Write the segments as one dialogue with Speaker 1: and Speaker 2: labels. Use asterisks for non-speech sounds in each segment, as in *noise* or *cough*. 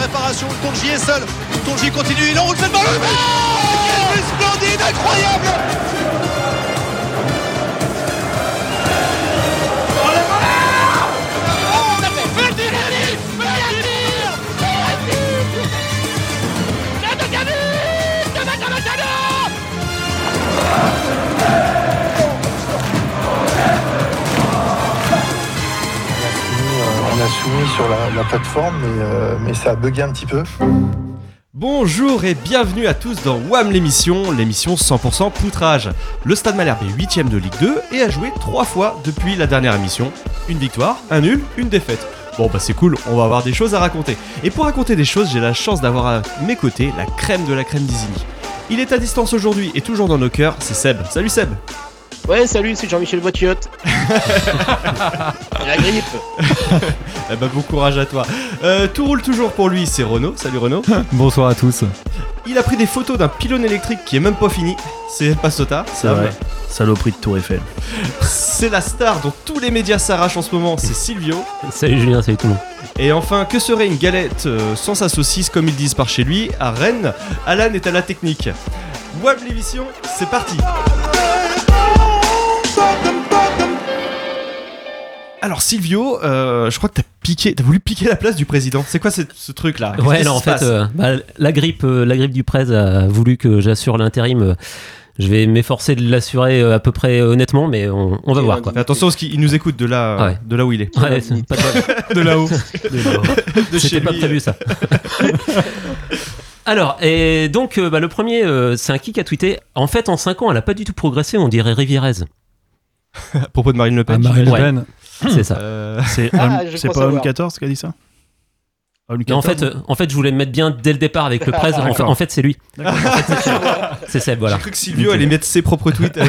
Speaker 1: réparation. Tonji est seul. Tonji continue. Il enroule cette balle. Oh Quel but splendide, incroyable
Speaker 2: On a soumis sur la, la plateforme, mais, euh, mais ça a bugué un petit peu.
Speaker 3: Bonjour et bienvenue à tous dans WAM l'émission, l'émission 100% poutrage. Le Stade Malherbe est 8ème de Ligue 2 et a joué 3 fois depuis la dernière émission. Une victoire, un nul, une défaite. Bon bah c'est cool, on va avoir des choses à raconter. Et pour raconter des choses, j'ai la chance d'avoir à mes côtés la crème de la crème d'Isigny. Il est à distance aujourd'hui et toujours dans nos cœurs, c'est Seb. Salut Seb
Speaker 4: Ouais, salut, c'est Jean-Michel Votiotte. la grippe.
Speaker 3: Eh bah bon courage à toi. Euh, tout roule toujours pour lui, c'est Renaud. Salut Renaud.
Speaker 5: *laughs* Bonsoir à tous.
Speaker 3: Il a pris des photos d'un pylône électrique qui est même pas fini. C'est pas Sota.
Speaker 5: C'est vrai. Saloperie de Tour Eiffel.
Speaker 3: C'est la star dont tous les médias s'arrachent en ce moment, c'est Silvio.
Speaker 6: Salut Julien, salut tout le monde.
Speaker 3: Et enfin, que serait une galette euh, sans sa saucisse, comme ils disent par chez lui, à Rennes Alan est à la technique. Web l'émission, c'est parti Alors Silvio, euh, je crois que t'as piqué, t'as voulu piquer la place du président. C'est quoi ce, ce truc là
Speaker 6: Ouais, alors en fait, euh, bah, la grippe, euh, la grippe du presse a voulu que j'assure l'intérim. euh, Je vais m'efforcer de l'assurer euh, à peu près honnêtement, mais on, on va
Speaker 4: Et
Speaker 6: voir
Speaker 4: lundi.
Speaker 6: quoi.
Speaker 3: attention parce qu'il nous écoute de là,
Speaker 6: Ah ouais.
Speaker 3: de là où il est,
Speaker 6: Ouais, c'est pas de bol.
Speaker 3: de
Speaker 6: *laughs*
Speaker 3: là-haut, de chez
Speaker 6: C'était pas
Speaker 3: lui.
Speaker 6: prévu ça. *laughs* Alors, et donc, euh, bah, le premier, euh, c'est un qui qui a tweeté. En fait, en 5 ans, elle a pas du tout progressé, on dirait Rivierez.
Speaker 3: À propos de Marine Le Pen.
Speaker 5: Ah, Marine
Speaker 6: Ah, Le Ouais. *clears throat* C'est ça.
Speaker 3: Euh,
Speaker 5: *clears throat* C'est
Speaker 4: Ah,
Speaker 5: Homme-
Speaker 4: je
Speaker 5: c'est
Speaker 4: crois
Speaker 5: pas Homme
Speaker 4: savoir.
Speaker 5: 14 qui a dit ça Homme
Speaker 6: Mais en
Speaker 5: 14?
Speaker 6: fait, euh, en fait, je voulais le mettre bien dès le départ avec le presse. en, fait,
Speaker 5: Ah, D'accord.
Speaker 6: en fait, c'est lui.
Speaker 5: D'accord.
Speaker 6: En fait,
Speaker 5: *laughs*
Speaker 6: c'est- c'est Seb, voilà.
Speaker 3: J'ai cru que Silvio allait mettre ses propres tweets.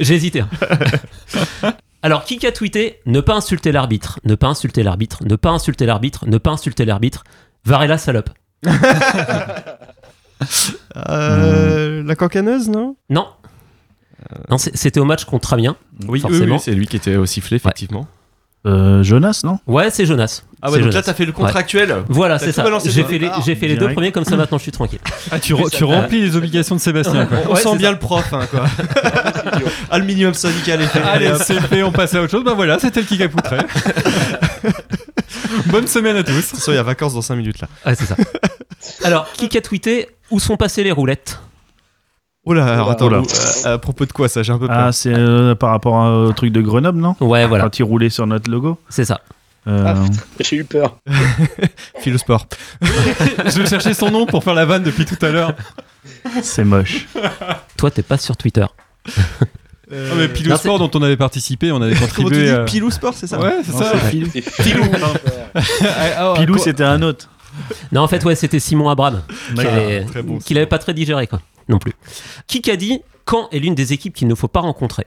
Speaker 6: J'ai hésité. hein. *laughs* Alors, qui a tweeté Ne pas insulter l'arbitre, ne pas insulter l'arbitre, ne pas insulter l'arbitre, ne pas insulter l'arbitre. Varela salope.
Speaker 3: Euh, La cancaneuse, non
Speaker 6: Non.
Speaker 3: Euh.
Speaker 6: Non, c'est- c'était au match contre Amiens.
Speaker 3: Oui,
Speaker 6: Forcément.
Speaker 3: c'est lui qui était au sifflet, effectivement.
Speaker 5: Euh, Jonas, non
Speaker 6: Ouais, c'est Jonas.
Speaker 3: Ah ouais,
Speaker 6: C'est
Speaker 3: donc là,
Speaker 6: Jonas.
Speaker 3: t'as fait le contractuel.
Speaker 6: Voilà,
Speaker 3: T'as
Speaker 6: c'est
Speaker 3: tout
Speaker 6: ça.
Speaker 3: balancé Ah,
Speaker 6: J'ai
Speaker 3: dès le
Speaker 6: fait, les,
Speaker 3: départ,
Speaker 6: j'ai fait les deux
Speaker 5: direct.
Speaker 3: *clears throat*
Speaker 6: premiers, comme ça maintenant je suis tranquille.
Speaker 5: tu,
Speaker 4: re- tu
Speaker 6: remplis
Speaker 5: les obligations de Sébastien.
Speaker 3: On
Speaker 6: Ouais,
Speaker 3: sent
Speaker 6: c'est
Speaker 3: bien le prof, hein, *laughs* quoi. ah, le minimum syndical est fait.
Speaker 5: c'est fait, on passe à autre chose. Bah voilà, c'était le kick
Speaker 3: *laughs*
Speaker 5: à poutrer. Bonne semaine à tous.
Speaker 3: il y a vacances dans 5 minutes là.
Speaker 6: Ouais, c'est ça. Alors, qui a tweeté Où sont passées les roulettes
Speaker 3: Oh là, alors
Speaker 4: Oh là.
Speaker 3: attends,
Speaker 4: Oh là.
Speaker 3: euh, à propos de quoi ça J'ai un peu peur.
Speaker 5: Ah, c'est euh, par rapport à- au truc de Grenoble, non
Speaker 6: Ouais, voilà,
Speaker 3: Ah,
Speaker 5: Quand ils roulaient sur notre logo.
Speaker 6: c'est ça.
Speaker 5: Euh,
Speaker 4: Ah, J'ai eu peur.
Speaker 3: Ah. *laughs* Philosport.
Speaker 7: Je cherchais son nom pour faire la vanne depuis tout à l'heure.
Speaker 5: c'est moche.
Speaker 6: Toi, t'es pas sur Twitter.
Speaker 7: Non, Ah, mais Pilou
Speaker 6: Non,
Speaker 7: Sport dont on avait participé,
Speaker 3: *laughs*
Speaker 7: on avait
Speaker 3: Comment tu dis
Speaker 7: contribué. euh,
Speaker 3: Pilou Sport, c'est ça
Speaker 7: Ouais, c'est
Speaker 5: Non,
Speaker 7: ça.
Speaker 5: c'est Pilou.
Speaker 4: C'est filou.
Speaker 3: oh,
Speaker 7: Ah, ah,
Speaker 5: Pilou,
Speaker 7: quoi-
Speaker 5: c'était un autre.
Speaker 6: Non, en fait, ouais, c'était Simon Abraham. Qu'il avait,
Speaker 3: très bon,
Speaker 6: qu'il avait pas très digéré, quoi. Non plus. Qui a dit Caen est l'une des équipes qu'il ne faut pas rencontrer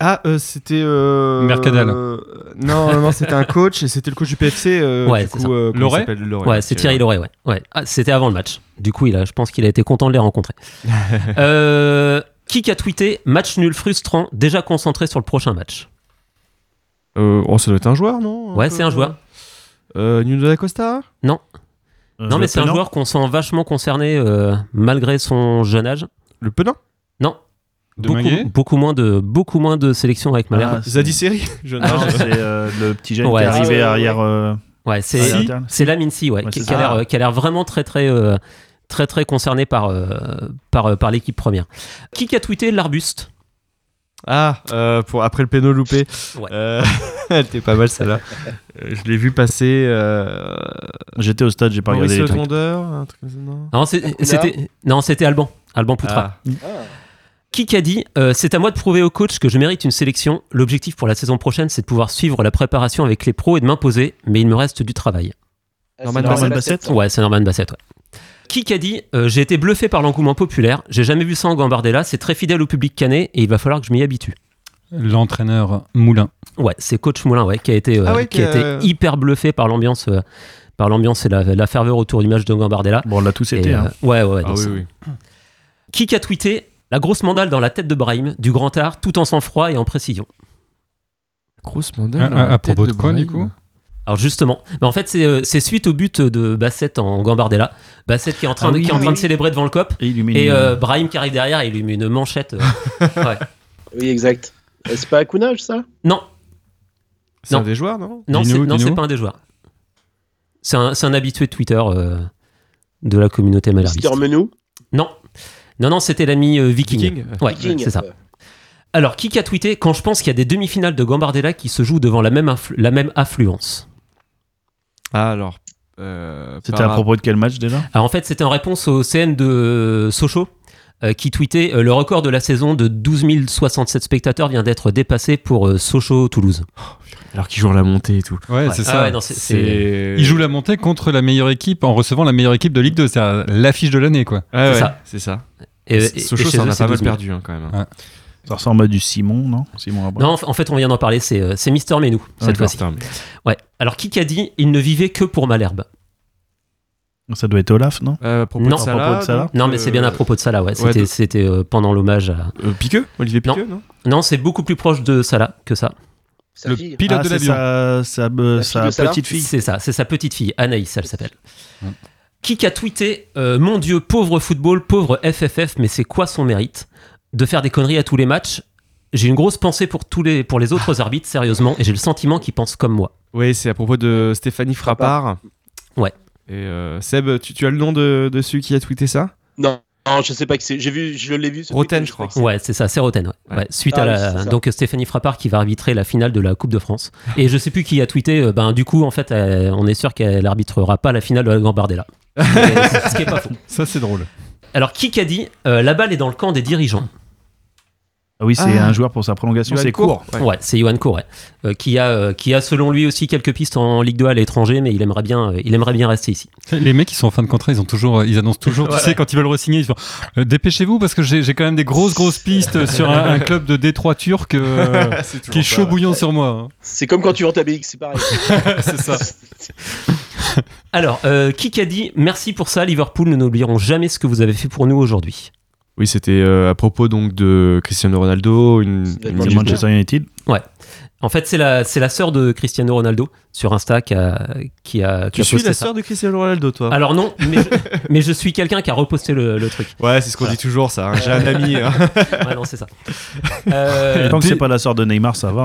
Speaker 3: Ah, euh, c'était. Euh...
Speaker 7: Mercadal.
Speaker 3: euh, Non, non, non, c'était un coach et c'était le coach du PFC. euh,
Speaker 6: Ouais,
Speaker 3: du
Speaker 6: c'est
Speaker 3: coup,
Speaker 6: ça.
Speaker 3: euh, comment il
Speaker 7: Loret
Speaker 3: s'appelle Loret,
Speaker 6: Ouais, c'est Thierry Loret, ouais. ouais. Ah, c'était avant le match. Du coup, il a, je pense qu'il a été content de les rencontrer. euh, qui a tweeté Match nul frustrant, déjà concentré sur le prochain match
Speaker 3: Euh, oh, ça doit être un joueur, non
Speaker 6: Ouais,
Speaker 3: peu,
Speaker 6: c'est un joueur.
Speaker 3: Euh, Nuno da Costa
Speaker 5: Euh,
Speaker 6: non, mais c'est un
Speaker 5: Penant.
Speaker 6: joueur qu'on sent vachement concerné euh, malgré son jeune age.
Speaker 3: Le Penin
Speaker 7: Deminguet
Speaker 6: Beaucoup, beaucoup moins de, beaucoup moins de sélections avec Malherbe.
Speaker 5: Ah, c'est-
Speaker 3: Zadi Seri *laughs* jeune
Speaker 5: Non,
Speaker 6: Ah,
Speaker 3: âge.
Speaker 5: c'est euh, le petit jeune
Speaker 6: Ouais.
Speaker 5: qui est arrivé
Speaker 4: Ah, ouais,
Speaker 5: arrière. euh,
Speaker 6: ouais, c'est.
Speaker 5: arrière interne.
Speaker 6: C'est Laminsi, ouais,
Speaker 5: Ouais,
Speaker 6: qui,
Speaker 5: c'est
Speaker 6: qui a
Speaker 5: ça.
Speaker 6: l'air, euh, qui a l'air vraiment très très euh, très très concerné par euh, par euh, par l'équipe première. Qui a tweeté l'arbuste
Speaker 3: Ah, euh, pour, après le péno loupé.
Speaker 6: Ouais.
Speaker 3: Euh, *laughs* elle était pas mal celle-là. Euh, je l'ai vu passer. Euh...
Speaker 5: J'étais au stade, j'ai pas
Speaker 3: Maurice
Speaker 5: regardé les trucs.
Speaker 3: Tondeur, un truc comme ça, non
Speaker 6: Non, c'est-
Speaker 4: Hakuna.
Speaker 6: c'était non, c'était Alban, Alban Poutra.
Speaker 3: Ah.
Speaker 6: Qui a dit euh, C'est à moi de prouver au coach que je mérite une sélection. L'objectif pour la saison prochaine, c'est de pouvoir suivre la préparation avec les pros et de m'imposer, mais il me reste du travail.
Speaker 4: Ah,
Speaker 5: Norman Bassett.
Speaker 6: Ouais, c'est Norman Bassett. Ouais. Qui a dit euh, J'ai été bluffé par l'engouement populaire. J'ai jamais vu ça en Gambardella. C'est très fidèle au public canet et il va falloir que je m'y habitue.
Speaker 7: L'entraîneur Moulin.
Speaker 6: Ouais, c'est coach Moulin, ouais, qui a été, euh,
Speaker 3: Ah ouais,
Speaker 6: qui a
Speaker 3: qui
Speaker 6: été
Speaker 3: a-
Speaker 6: hyper bluffé par l'ambiance, euh, par l'ambiance et la, la ferveur autour du match de Gambardella.
Speaker 5: Bon, on l'a tous été.
Speaker 6: Et, euh,
Speaker 5: hein.
Speaker 6: Ouais, ouais. ouais,
Speaker 3: Ah
Speaker 6: donc
Speaker 3: oui,
Speaker 6: ça.
Speaker 3: oui.
Speaker 6: Qui a tweeté la grosse mandale dans la tête de Brahim, du grand art, tout en sang-froid et en précision.
Speaker 3: Grosse
Speaker 7: Ah, ah, à propos de quoi, du coup
Speaker 6: Alors justement, mais en fait c'est euh, c'est suite au but de Bassett en Gambardella. Bassett qui est en train,
Speaker 5: Ah
Speaker 6: de,
Speaker 5: oui,
Speaker 6: qui est en
Speaker 5: oui,
Speaker 6: train de
Speaker 5: oui.
Speaker 6: célébrer devant le cop.
Speaker 5: Et il lui met
Speaker 6: Et
Speaker 5: une-
Speaker 6: euh, Brahim qui arrive derrière, il lui met une manchette.
Speaker 5: *laughs*
Speaker 6: euh. Ouais.
Speaker 4: Oui, exact. Euh, C'est pas Akunage, ça
Speaker 6: Non,
Speaker 3: C'est
Speaker 6: Non.
Speaker 3: un des joueurs, non
Speaker 6: non,
Speaker 7: Dis-nous,
Speaker 6: c'est- non,
Speaker 7: dis-nous.
Speaker 6: c'est pas un des joueurs. C'est un, c'est un habitué de Twitter euh, de la communauté malherbiste.
Speaker 4: Mister Menou.
Speaker 6: Non, non, non, c'était l'ami euh, Viking.
Speaker 3: Viking
Speaker 6: Ouais,
Speaker 4: Viking.
Speaker 6: c'est ça.
Speaker 4: Euh,
Speaker 6: Alors, qui qui a tweeté quand je pense qu'il y a des demi-finales de Gambardella qui se jouent devant la même, influ- la même affluence
Speaker 3: Ah, alors. euh,
Speaker 5: C'était
Speaker 3: par-
Speaker 5: à propos de quel match déjà
Speaker 6: Alors, en fait, c'était en réponse au CN de euh, Sochaux euh, qui tweetait euh, le record de la saison de 12 067 spectateurs vient d'être dépassé pour euh, Sochaux-Toulouse.
Speaker 8: Alors qu'ils jouent la montée et tout.
Speaker 7: Ouais,
Speaker 6: Ouais.
Speaker 7: c'est
Speaker 6: Ah
Speaker 7: ça.
Speaker 6: ouais, non, c'est- c'est-
Speaker 7: Il joue la montée contre la meilleure équipe en recevant la meilleure équipe de Ligue 2. C'est euh, l'affiche de l'année, quoi.
Speaker 3: Ah Ouais,
Speaker 6: c'est
Speaker 3: ouais,
Speaker 6: ça.
Speaker 3: c'est ça.
Speaker 6: Et- et- et
Speaker 3: Sochaux,
Speaker 6: chez
Speaker 3: ça en
Speaker 6: eux,
Speaker 3: a
Speaker 6: c'est
Speaker 3: pas mal
Speaker 6: 12 000.
Speaker 3: perdu hein, quand même. hein.
Speaker 5: Ça ressemble à du Simon, non Simon Abra.
Speaker 6: Non, en f- en fait, on vient d'en parler, c'est euh, c'est Mister Menou cette
Speaker 5: D'accord.
Speaker 6: fois-ci.
Speaker 3: Putain, mais-
Speaker 6: Ouais. Alors, qui qui a dit il ne vivait que pour Malherbe
Speaker 5: Ça doit être Olaf, non
Speaker 3: Euh, à propos
Speaker 6: Non.
Speaker 3: de
Speaker 6: À
Speaker 3: Salah,
Speaker 5: propos de Salah.
Speaker 3: donc,
Speaker 6: Non, mais c'est bien à
Speaker 3: euh,
Speaker 6: propos de ça là, ouais.
Speaker 3: ouais,
Speaker 6: C'était
Speaker 3: de-
Speaker 6: c'était, euh, pendant l'hommage à.
Speaker 3: euh, Piqueux Olivier
Speaker 6: Non.
Speaker 3: Piqueux, non,
Speaker 6: Non, c'est beaucoup plus proche de ça là que ça.
Speaker 4: Sa
Speaker 7: Le
Speaker 4: fille.
Speaker 7: pilote
Speaker 5: Ah,
Speaker 7: de
Speaker 5: c'est
Speaker 7: l'avion.
Speaker 5: sa, sa, euh,
Speaker 4: La
Speaker 5: sa
Speaker 4: fille de Salah
Speaker 5: petite fille.
Speaker 6: C'est ça, c'est sa petite fille, Anaïs, elle s'appelle.
Speaker 7: Mm.
Speaker 6: Qui a tweeté euh, Mon Dieu, pauvre football, pauvre FFF, mais c'est quoi son mérite De faire des conneries à tous les matchs J'ai une grosse pensée pour, tous les, pour les
Speaker 4: Ah.
Speaker 6: autres arbitres, sérieusement, et j'ai le sentiment qu'ils pensent comme moi.
Speaker 3: Oui, c'est à propos de Stéphanie Frappard.
Speaker 6: Ouais.
Speaker 3: Et euh, Seb, tu, tu as le nom de, de celui qui a tweeté ça
Speaker 4: Non, non, je sais pas que c'est. J'ai vu, je l'ai vu. ce
Speaker 3: Roten,
Speaker 4: tweet,
Speaker 3: je crois.
Speaker 4: sais pas qui
Speaker 6: Ouais, c'est ça, c'est Roten. ouais.
Speaker 3: Ouais.
Speaker 6: Ouais, suite
Speaker 4: Ah
Speaker 6: à
Speaker 4: oui,
Speaker 6: la.
Speaker 4: c'est ça.
Speaker 6: donc euh, Stéphanie Frappard qui va arbitrer la finale de la Coupe de France. Et je sais plus qui a tweeté, euh, ben du coup, en fait, euh, on est sûr qu'elle arbitrera pas la finale de
Speaker 4: *laughs*
Speaker 6: la Gambardella. Mais c'est- Ce qui est pas faux.
Speaker 7: Ça, c'est drôle.
Speaker 6: Alors, qui a dit euh, La balle est dans le camp des dirigeants
Speaker 5: Ah oui, c'est
Speaker 3: Ah.
Speaker 5: un joueur pour sa prolongation,
Speaker 3: Johan
Speaker 5: c'est
Speaker 3: Cour.
Speaker 5: court.
Speaker 6: Ouais, c'est Johan Courret, euh, qui, a, euh, qui a selon lui aussi quelques pistes en Ligue 2 à l'étranger, mais il aimerait bien, euh, il aimerait bien rester ici.
Speaker 7: Les mecs, qui sont en fin de contrat, ils ont toujours, euh, ils annoncent toujours. Tu sais, quand ils veulent re-signer, ils font euh, dépêchez-vous parce que j'ai j'ai quand même des grosses
Speaker 3: *laughs*
Speaker 7: grosses pistes sur un, un club de Détroit turc euh, *laughs* qui
Speaker 3: bah,
Speaker 7: est chaud bouillant sur moi. hein.
Speaker 4: c'est. C'est comme quand tu vends ta BX, c'est pareil.
Speaker 7: c'est ça.
Speaker 6: Alors, euh, qui a dit Merci pour ça, Liverpool, nous n'oublierons jamais ce que vous avez fait pour nous aujourd'hui
Speaker 3: Oui, c'était euh, à propos donc de Cristiano Ronaldo, une,
Speaker 4: C'est
Speaker 3: une-
Speaker 4: Manchester.
Speaker 5: De Manchester United.
Speaker 6: En fait, c'est la, c'est la sœur de Cristiano Ronaldo sur Insta qui a, qui a, qui
Speaker 3: Tu
Speaker 6: a
Speaker 3: suis
Speaker 6: posté
Speaker 3: la
Speaker 6: ça.
Speaker 3: sœur de Cristiano Ronaldo, toi
Speaker 6: Alors non,
Speaker 3: *laughs*
Speaker 6: mais je, mais je suis quelqu'un qui a reposté le, le truc.
Speaker 3: Ouais, c'est ce qu'on dit toujours, ça. hein. J'ai un ami. hein.
Speaker 6: Ouais, non,
Speaker 3: *laughs*
Speaker 6: c'est ça. Euh,
Speaker 5: Tant que
Speaker 7: Dé-
Speaker 5: c'est pas la sœur de Neymar, ça va.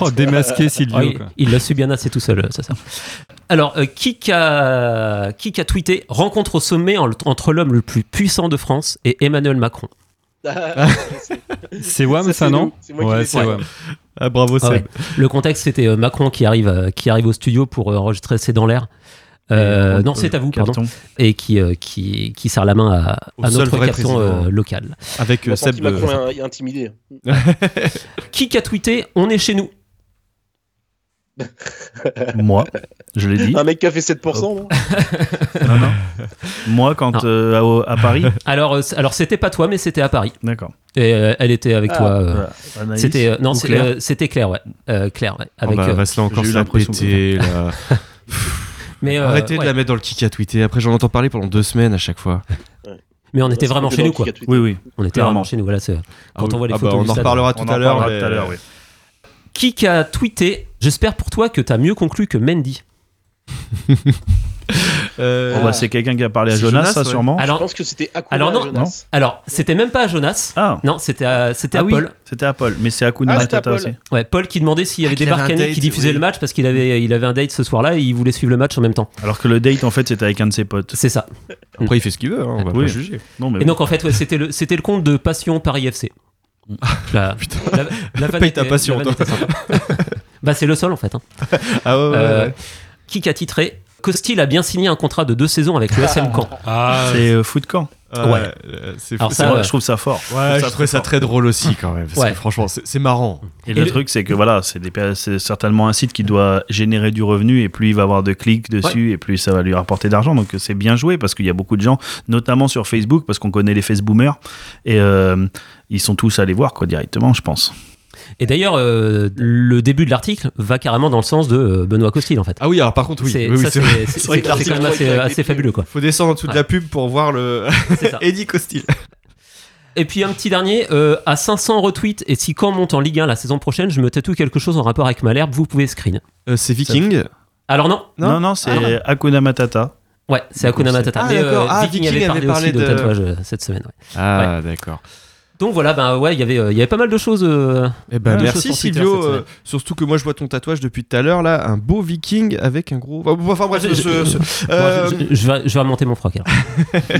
Speaker 7: Oh,
Speaker 3: *laughs*
Speaker 7: démasqué
Speaker 6: oh,
Speaker 7: Silvio.
Speaker 6: il-
Speaker 7: quoi.
Speaker 6: il l'a su bien assez tout seul, euh, ça. ça. Alors, euh, qui a, qui a tweeté Rencontre au sommet en- entre l'homme le plus puissant de France et Emmanuel Macron
Speaker 7: C'est Wam, ça,
Speaker 4: c'est
Speaker 7: non
Speaker 4: nous, c'est moi qui
Speaker 7: Ouais,
Speaker 4: l'ai
Speaker 7: c'est
Speaker 4: fait.
Speaker 7: Wam.
Speaker 3: Ah, bravo,
Speaker 6: Ah
Speaker 3: Seb.
Speaker 6: ouais. Le contexte, c'était euh, Macron qui arrive, euh, qui arrive au studio pour euh, enregistrer C'est dans l'air. Euh, non, c'est à vous, pardon.
Speaker 5: Carton.
Speaker 6: Et qui, euh, qui, qui serre la main à,
Speaker 3: Au
Speaker 6: à
Speaker 3: seul
Speaker 6: notre
Speaker 3: vrai
Speaker 6: carton
Speaker 3: président.
Speaker 6: euh, local.
Speaker 3: Avec
Speaker 4: On
Speaker 3: euh,
Speaker 4: a senti
Speaker 3: Seb.
Speaker 4: Macron hein.
Speaker 3: euh,
Speaker 4: est- est intimidé.
Speaker 6: Qui a tweeté On est chez nous
Speaker 5: Moi, je l'ai dit.
Speaker 4: Un mec qui a fait 7%, non
Speaker 5: Non, non. *laughs* Moi,
Speaker 6: Non.
Speaker 5: quand euh, à, à Paris.
Speaker 6: Alors, euh, c- alors c'était pas toi, mais c'était à Paris.
Speaker 5: D'accord.
Speaker 6: Et euh, elle était avec
Speaker 4: Ah.
Speaker 6: toi. euh,
Speaker 5: Voilà. Anaïs
Speaker 6: C'était euh, non,
Speaker 5: ou
Speaker 6: c'est-
Speaker 5: Claire
Speaker 6: euh, c'était Claire, ouais, Euh, Claire, ouais,
Speaker 3: oh,
Speaker 6: avec.
Speaker 3: bah,
Speaker 6: euh,
Speaker 3: va-se-la encore
Speaker 5: j'ai eu
Speaker 3: se la
Speaker 5: l'impression que-
Speaker 3: péter, *laughs* là.
Speaker 6: mais euh,
Speaker 3: Arrêtez de
Speaker 6: ouais.
Speaker 3: la mettre dans le kick à tweeter. Après, j'en entends parler pendant deux semaines à chaque fois.
Speaker 6: Mais on était vraiment chez nous, quoi.
Speaker 5: Oui, oui.
Speaker 6: On était
Speaker 5: Clairement.
Speaker 6: vraiment chez nous. Voilà, c'est- quand on voit les
Speaker 3: Ah, bah,
Speaker 6: photos.
Speaker 3: on
Speaker 6: du
Speaker 3: en
Speaker 6: stade.
Speaker 3: reparlera tout
Speaker 5: On en
Speaker 3: à l'heure.
Speaker 5: parlera
Speaker 3: mais-
Speaker 5: tout à l'heure, oui.
Speaker 6: Qui a tweeté J'espère pour toi que t'as mieux conclu que Mendy.
Speaker 3: Euh,
Speaker 5: Oh, bah, c'est quelqu'un qui a parlé à
Speaker 3: c'est
Speaker 5: Jonas,
Speaker 3: Jonas,
Speaker 5: ça,
Speaker 3: ouais.
Speaker 5: sûrement.
Speaker 4: Je
Speaker 6: Alors,
Speaker 4: pense que c'était Akuna
Speaker 6: alors non,
Speaker 4: Jonas.
Speaker 6: alors c'était même pas à Jonas.
Speaker 5: Ah,
Speaker 6: Non, c'était à, c'était à
Speaker 5: Ah oui,
Speaker 6: Paul.
Speaker 5: c'était à Paul, mais c'est à Kuna
Speaker 4: Ah, c'était à
Speaker 5: Matata
Speaker 4: Paul.
Speaker 5: aussi.
Speaker 6: Ouais, Paul qui demandait s'il y
Speaker 3: Ah,
Speaker 6: avait des
Speaker 3: qu'il avait un
Speaker 6: barcanets qui
Speaker 3: date,
Speaker 6: diffusaient
Speaker 3: oui.
Speaker 6: le match parce qu'il avait, il avait un date ce soir-là et il voulait suivre le match en même temps.
Speaker 5: Alors que le date, en fait, c'était avec un de ses potes.
Speaker 6: C'est ça.
Speaker 3: Après, il fait ce qu'il veut. hein, On va
Speaker 5: Oui.
Speaker 3: pas juger.
Speaker 5: Non, mais
Speaker 6: Et
Speaker 5: bon.
Speaker 6: donc en fait, ouais, c'était le c'était le compte de Passion
Speaker 3: *laughs*
Speaker 6: Paris FC. La, la, la vanne
Speaker 3: Paye ta
Speaker 6: était-
Speaker 3: passion,
Speaker 6: la vanne
Speaker 3: toi.
Speaker 6: était sympa. *laughs* bah c'est le sol en fait. hein.
Speaker 3: Ah ouais, ouais,
Speaker 6: Euh,
Speaker 3: ouais.
Speaker 6: Qui a titré Costil a bien signé un contrat de deux saisons avec le SM Caen.
Speaker 3: *laughs*
Speaker 7: Ah,
Speaker 5: c'est euh, Foot Camp.
Speaker 3: Ouais, euh, C'est fou.
Speaker 6: Alors
Speaker 5: C'est
Speaker 6: ça,
Speaker 5: vrai,
Speaker 6: Ah, ouais.
Speaker 5: je trouve ça fort.
Speaker 3: Ouais,
Speaker 5: je
Speaker 3: je
Speaker 5: trouve
Speaker 3: trouvais ça
Speaker 5: fort.
Speaker 3: très drôle aussi quand même. Parce
Speaker 6: Ouais.
Speaker 3: que franchement, c'est c'est marrant.
Speaker 5: Et,
Speaker 6: Et
Speaker 5: le,
Speaker 6: le-
Speaker 5: truc, c'est que voilà, c'est des pa- c'est certainement un site qui doit générer du revenu et plus il va avoir de clics dessus et plus ça va lui rapporter d'argent. Donc c'est bien joué parce qu'il y a beaucoup de gens, notamment sur Facebook, parce qu'on connaît les Faceboomers et euh, ils sont tous allés voir quoi directement, je pense.
Speaker 6: Et d'ailleurs, euh, le début de l'article va carrément dans le sens de euh, Benoît Costil en fait.
Speaker 3: Ah oui, alors par contre, oui.
Speaker 6: C'est-
Speaker 3: oui, oui,
Speaker 6: ça,
Speaker 3: c'est
Speaker 6: c'est
Speaker 3: vrai.
Speaker 6: c'est-
Speaker 3: vrai
Speaker 6: c'est
Speaker 3: que
Speaker 6: quand même
Speaker 4: l'article-
Speaker 6: assez, assez fabuleux quoi.
Speaker 3: *laughs* Faut descendre en dessous de la pub pour voir le
Speaker 6: C'est ça.
Speaker 3: Eddie Costil.
Speaker 6: Et puis un petit dernier, euh, à 500 retweets, et si quand on monte en Ligue 1 la saison prochaine, je me tatoue quelque chose en rapport avec Malherbe, vous pouvez screen.
Speaker 3: Euh, c'est Viking.
Speaker 6: Alors non,
Speaker 5: Non, non, c'est
Speaker 6: Ah,
Speaker 5: Hakuna Matata.
Speaker 6: ouais, c'est Hakuna
Speaker 5: c'est-
Speaker 6: Matata.
Speaker 3: Ah,
Speaker 6: mais euh,
Speaker 3: d'accord. Ah,
Speaker 6: Viking,
Speaker 3: Viking
Speaker 6: avait parlé
Speaker 3: avait parlé
Speaker 6: aussi de,
Speaker 3: de-
Speaker 6: tatouage euh, cette semaine. ouais.
Speaker 3: Ah, d'accord.
Speaker 6: Donc voilà, ben ouais, il y avait, euh, il y avait pas mal de choses. euh,
Speaker 3: Eh ben,
Speaker 6: Ouais,
Speaker 3: merci
Speaker 6: chose sur Twitter
Speaker 3: Silvio.
Speaker 6: cette
Speaker 3: euh, surtout que moi, je vois ton tatouage depuis tout à l'heure, là, un beau Viking avec un gros. Enfin bref,
Speaker 6: Je-
Speaker 3: ce-
Speaker 6: je-
Speaker 3: ce-
Speaker 6: Ah, *laughs* Bon,
Speaker 3: euh,
Speaker 6: je- je, je vais, je vais remonter mon froc. alors.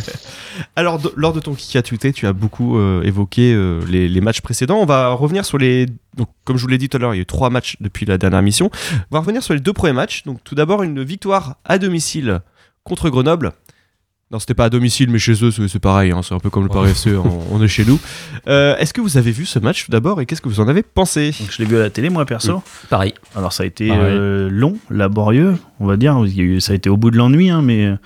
Speaker 3: Alors, de- lors de ton kick à tweeter, tu as beaucoup euh, évoqué euh, les, les matchs précédents. On va revenir sur les. Donc, comme je vous l'ai dit tout à l'heure, il y a eu trois matchs depuis la dernière mission. On va revenir sur les deux premiers matchs. Donc, tout d'abord, une victoire à domicile contre Grenoble. Non, c'était pas à domicile, mais chez eux, c'est c'est pareil. hein. c'est un peu comme le Paris FC, on, on est chez nous. Euh, Est-ce que vous avez vu ce match tout d'abord et qu'est-ce que vous en avez pensé
Speaker 5: Donc je l'ai vu à la télé, moi, perso.
Speaker 6: Pareil.
Speaker 5: Alors ça a été
Speaker 3: Pareil.
Speaker 5: euh, long, laborieux, on va dire. Il y a eu- ça a été au bout de l'ennui, hein, mais euh,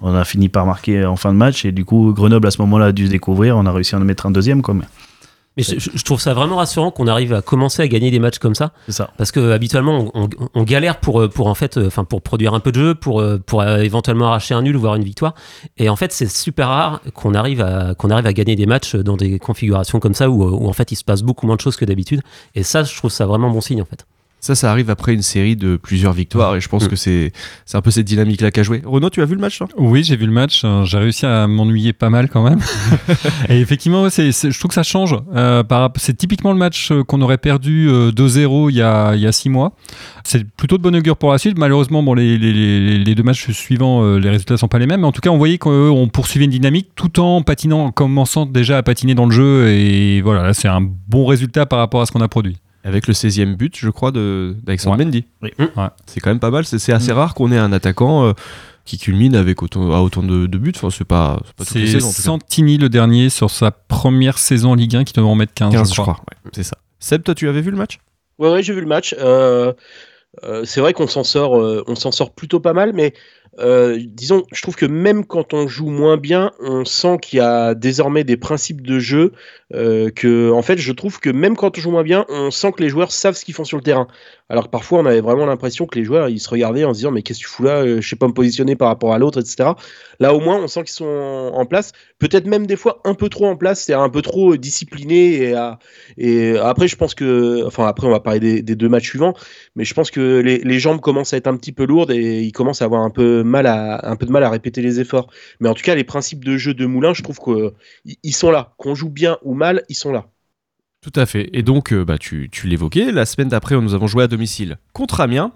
Speaker 5: on a fini par marquer en fin de match. Et du coup, Grenoble à ce moment-là a dû se découvrir. On a réussi à en mettre un deuxième, quoi. mais
Speaker 6: Mais je, je- je trouve ça vraiment rassurant qu'on arrive à commencer à gagner des matchs comme ça,
Speaker 5: C'est ça.
Speaker 6: parce que habituellement on, on- on galère pour euh, pour en fait, euh, enfin pour produire un peu de jeu, pour euh, pour euh, éventuellement arracher un nul, voire une victoire. Et en fait, c'est super rare qu'on arrive à qu'on arrive à gagner des matchs dans des configurations comme ça où, euh, où en fait il se passe beaucoup moins de choses que d'habitude. Et ça, je trouve ça vraiment bon signe en fait.
Speaker 3: Ça, ça arrive après une série de plusieurs victoires et je pense que c'est c'est un peu cette dynamique-là qu'a joué. Mm. Renaud, tu as vu le match hein
Speaker 7: Oui, j'ai vu le match. euh, J'ai réussi à m'ennuyer pas mal quand même. et effectivement, ouais, c'est- c'est- je trouve que ça change. Euh, par rapp- c'est typiquement le match euh, qu'on aurait perdu euh, 2-0 il y a, il y a six mois. C'est plutôt de bonne augure pour la suite. Malheureusement, bon, les, les- les- les deux matchs suivants, euh, les résultats sont pas les mêmes. Mais en tout cas, on voyait qu'on poursuivait une dynamique tout en patinant, en commençant déjà à patiner dans le jeu. Et voilà, là, c'est un bon résultat par rapport à ce qu'on a produit.
Speaker 3: Avec le 16e but, je crois, de- d'Alexandre
Speaker 7: Ouais.
Speaker 3: Mendy.
Speaker 5: Oui.
Speaker 7: Ouais.
Speaker 3: C'est quand même pas mal. C'est c'est assez rare qu'on ait un attaquant euh, qui culmine avec autant, à autant de, de buts. Enfin, c'est pas, c'est pas toutes les
Speaker 7: C'est
Speaker 3: saisons, en tout cas.
Speaker 7: Santini le dernier sur sa première saison en Ligue 1 qui devrait en mettre 15,
Speaker 3: 15,
Speaker 7: je crois.
Speaker 3: ouais, c'est ça. Seb, toi, tu avais vu le match
Speaker 4: Ouais, ouais, j'ai vu le match. Euh, euh, c'est vrai qu'on s'en sort, euh, on s'en sort plutôt pas mal, mais euh, disons, je trouve que même quand on joue moins bien, on sent qu'il y a désormais des principes de jeu. euh, que, en fait, je trouve que même quand on joue moins bien, on sent que les joueurs savent ce qu'ils font sur le terrain. Alors que parfois, on avait vraiment l'impression que les joueurs, ils se regardaient en se disant, mais qu'est-ce que tu fous là Euh, Je sais pas me positionner par rapport à l'autre, etc. Là, au moins, on sent qu'ils sont en place. Peut-être même des fois un peu trop en place, c'est-à-dire un peu trop euh, disciplinés et à, et euh, après, je pense que, enfin, après, on va parler des, des deux matchs suivants, mais je pense que les, les jambes commencent à être un petit peu lourdes et ils commencent à avoir un peu mal à, un peu de mal à répéter les efforts. Mais en tout cas, les principes de jeu de Moulin, je trouve qu'ils sont là. Qu'on joue bien ou mal, ils sont là.
Speaker 3: Tout à fait. Et donc, euh, bah, tu, tu l'évoquais, la semaine d'après, nous avons joué à domicile contre Amiens.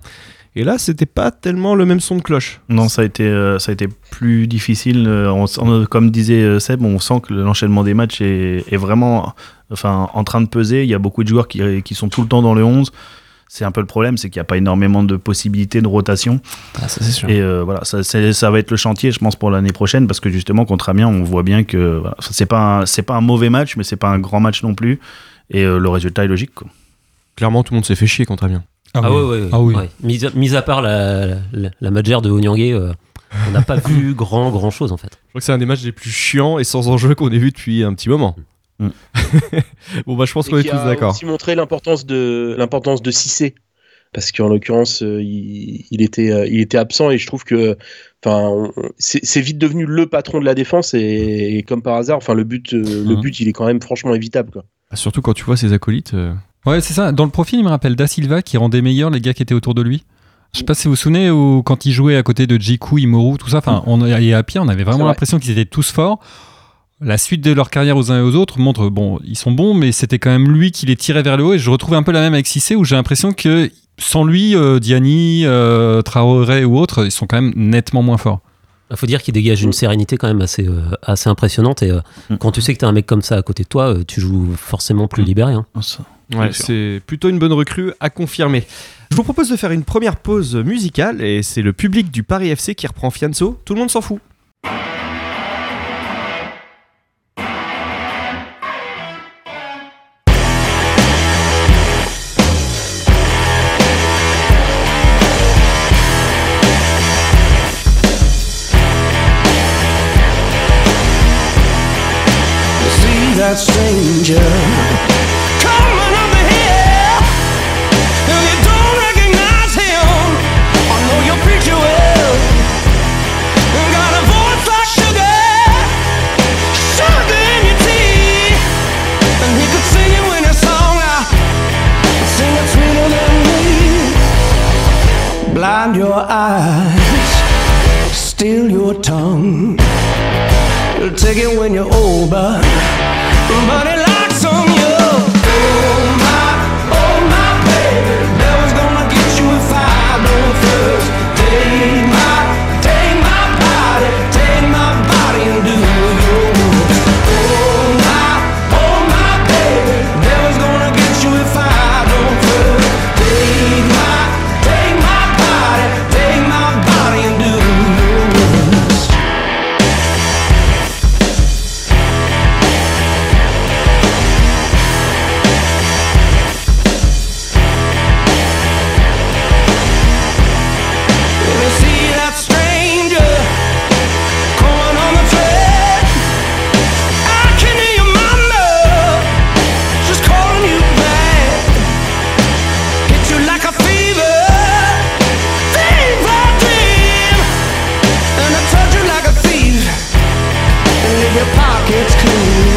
Speaker 3: Et là, c'était pas tellement le même son de cloche.
Speaker 5: Non, ça a été, euh, ça a été plus difficile. Euh, on sent- euh, comme disait euh, Seb, on sent que l'enchaînement des matchs est, est vraiment enfin, en train de peser. Il y a beaucoup de joueurs qui, qui sont tout le temps dans le 11. C'est un peu le problème, c'est qu'il n'y a pas énormément de possibilités de rotation.
Speaker 8: Ah, ça, c'est sûr.
Speaker 5: Et euh, voilà, ça, c'est- ça va être le chantier, je pense, pour l'année prochaine, parce que justement, contre Amiens, on voit bien que voilà, c'est pas un- c'est pas un mauvais match, mais c'est pas un grand match non plus. Et euh, le résultat est logique. quoi.
Speaker 3: Clairement, tout le monde s'est fait chier contre Amiens.
Speaker 6: Ah, ouais, ouais, ouais.
Speaker 7: Ah oui.
Speaker 6: Ouais. Mis, à- mis à part la la, la magère de Onyangé, euh, on
Speaker 7: *laughs*
Speaker 6: n'a pas vu grand grand chose en fait.
Speaker 3: Je crois que c'est un des matchs les plus chiants et sans enjeu qu'on ait vu depuis un petit moment.
Speaker 5: Mm.
Speaker 3: *laughs* bon, bah, je pense
Speaker 4: Et
Speaker 3: qu'on est
Speaker 4: qui
Speaker 3: tous
Speaker 4: a
Speaker 3: d'accord.
Speaker 4: aussi montré l'importance de l'importance de Cissé parce qu'en l'occurrence euh, il, il était euh, il était absent et je trouve que enfin on- on- c'est c'est vite devenu le patron de la défense et, et comme par hasard enfin le but euh, le
Speaker 3: Mmh.
Speaker 7: Mhm.
Speaker 4: but il est quand même franchement évitable quoi.
Speaker 3: Ah, Surtout quand tu vois ces acolytes. euh,
Speaker 7: Ouais, c'est ça. Dans le profil, il me rappelle Da Silva qui rendait meilleurs les gars qui étaient autour de lui. Je sais pas si vous vous souvenez où, quand il jouait à côté de Jiku, Imoru, tout ça. Enfin, on et à pied, on avait
Speaker 4: C'est
Speaker 7: vraiment
Speaker 4: vrai.
Speaker 7: l'impression qu'ils étaient tous forts. La suite de leur carrière aux uns et aux autres montre, bon, ils sont bons, mais c'était quand même lui qui les tirait vers le haut. Et je retrouve un peu la même avec Cissé où j'ai l'impression que sans lui, euh, Diani, euh, Traoré ou autres, ils sont quand même nettement moins forts.
Speaker 6: Il faut dire qu'il dégage une sérénité quand même assez, euh, assez impressionnante. Et euh,
Speaker 5: Mm.
Speaker 6: quand tu sais que t'as un mec comme ça à côté de toi, euh, tu joues forcément
Speaker 7: Mm.
Speaker 6: plus libéré. hein.
Speaker 3: Ouais,
Speaker 5: Bien sûr.
Speaker 3: c'est plutôt une bonne recrue à confirmer. Je vous propose de faire une première pause musicale et c'est le public du Paris FC qui reprend Fianso. Tout le monde s'en fout.
Speaker 9: see that stranger coming up here. If you don't recognize him, I know your preacher will. Got a voice like sugar, sugar in your tea.
Speaker 7: blind your eyes, steal your tongue. You'll take it when you're old, but money locks on you. Oh my, oh my baby, devil's gonna get you if I don't first take my, take my body, take my body and do your worst. Oh my, oh my baby, devil's gonna get you if I don't first take my, take my body, take my body and do your worst. If you see that stranger coming on the trail, I can hear your mama just calling you back. Get you like a fever, fever dream, and I touch you like a thief, and leave your pockets clean.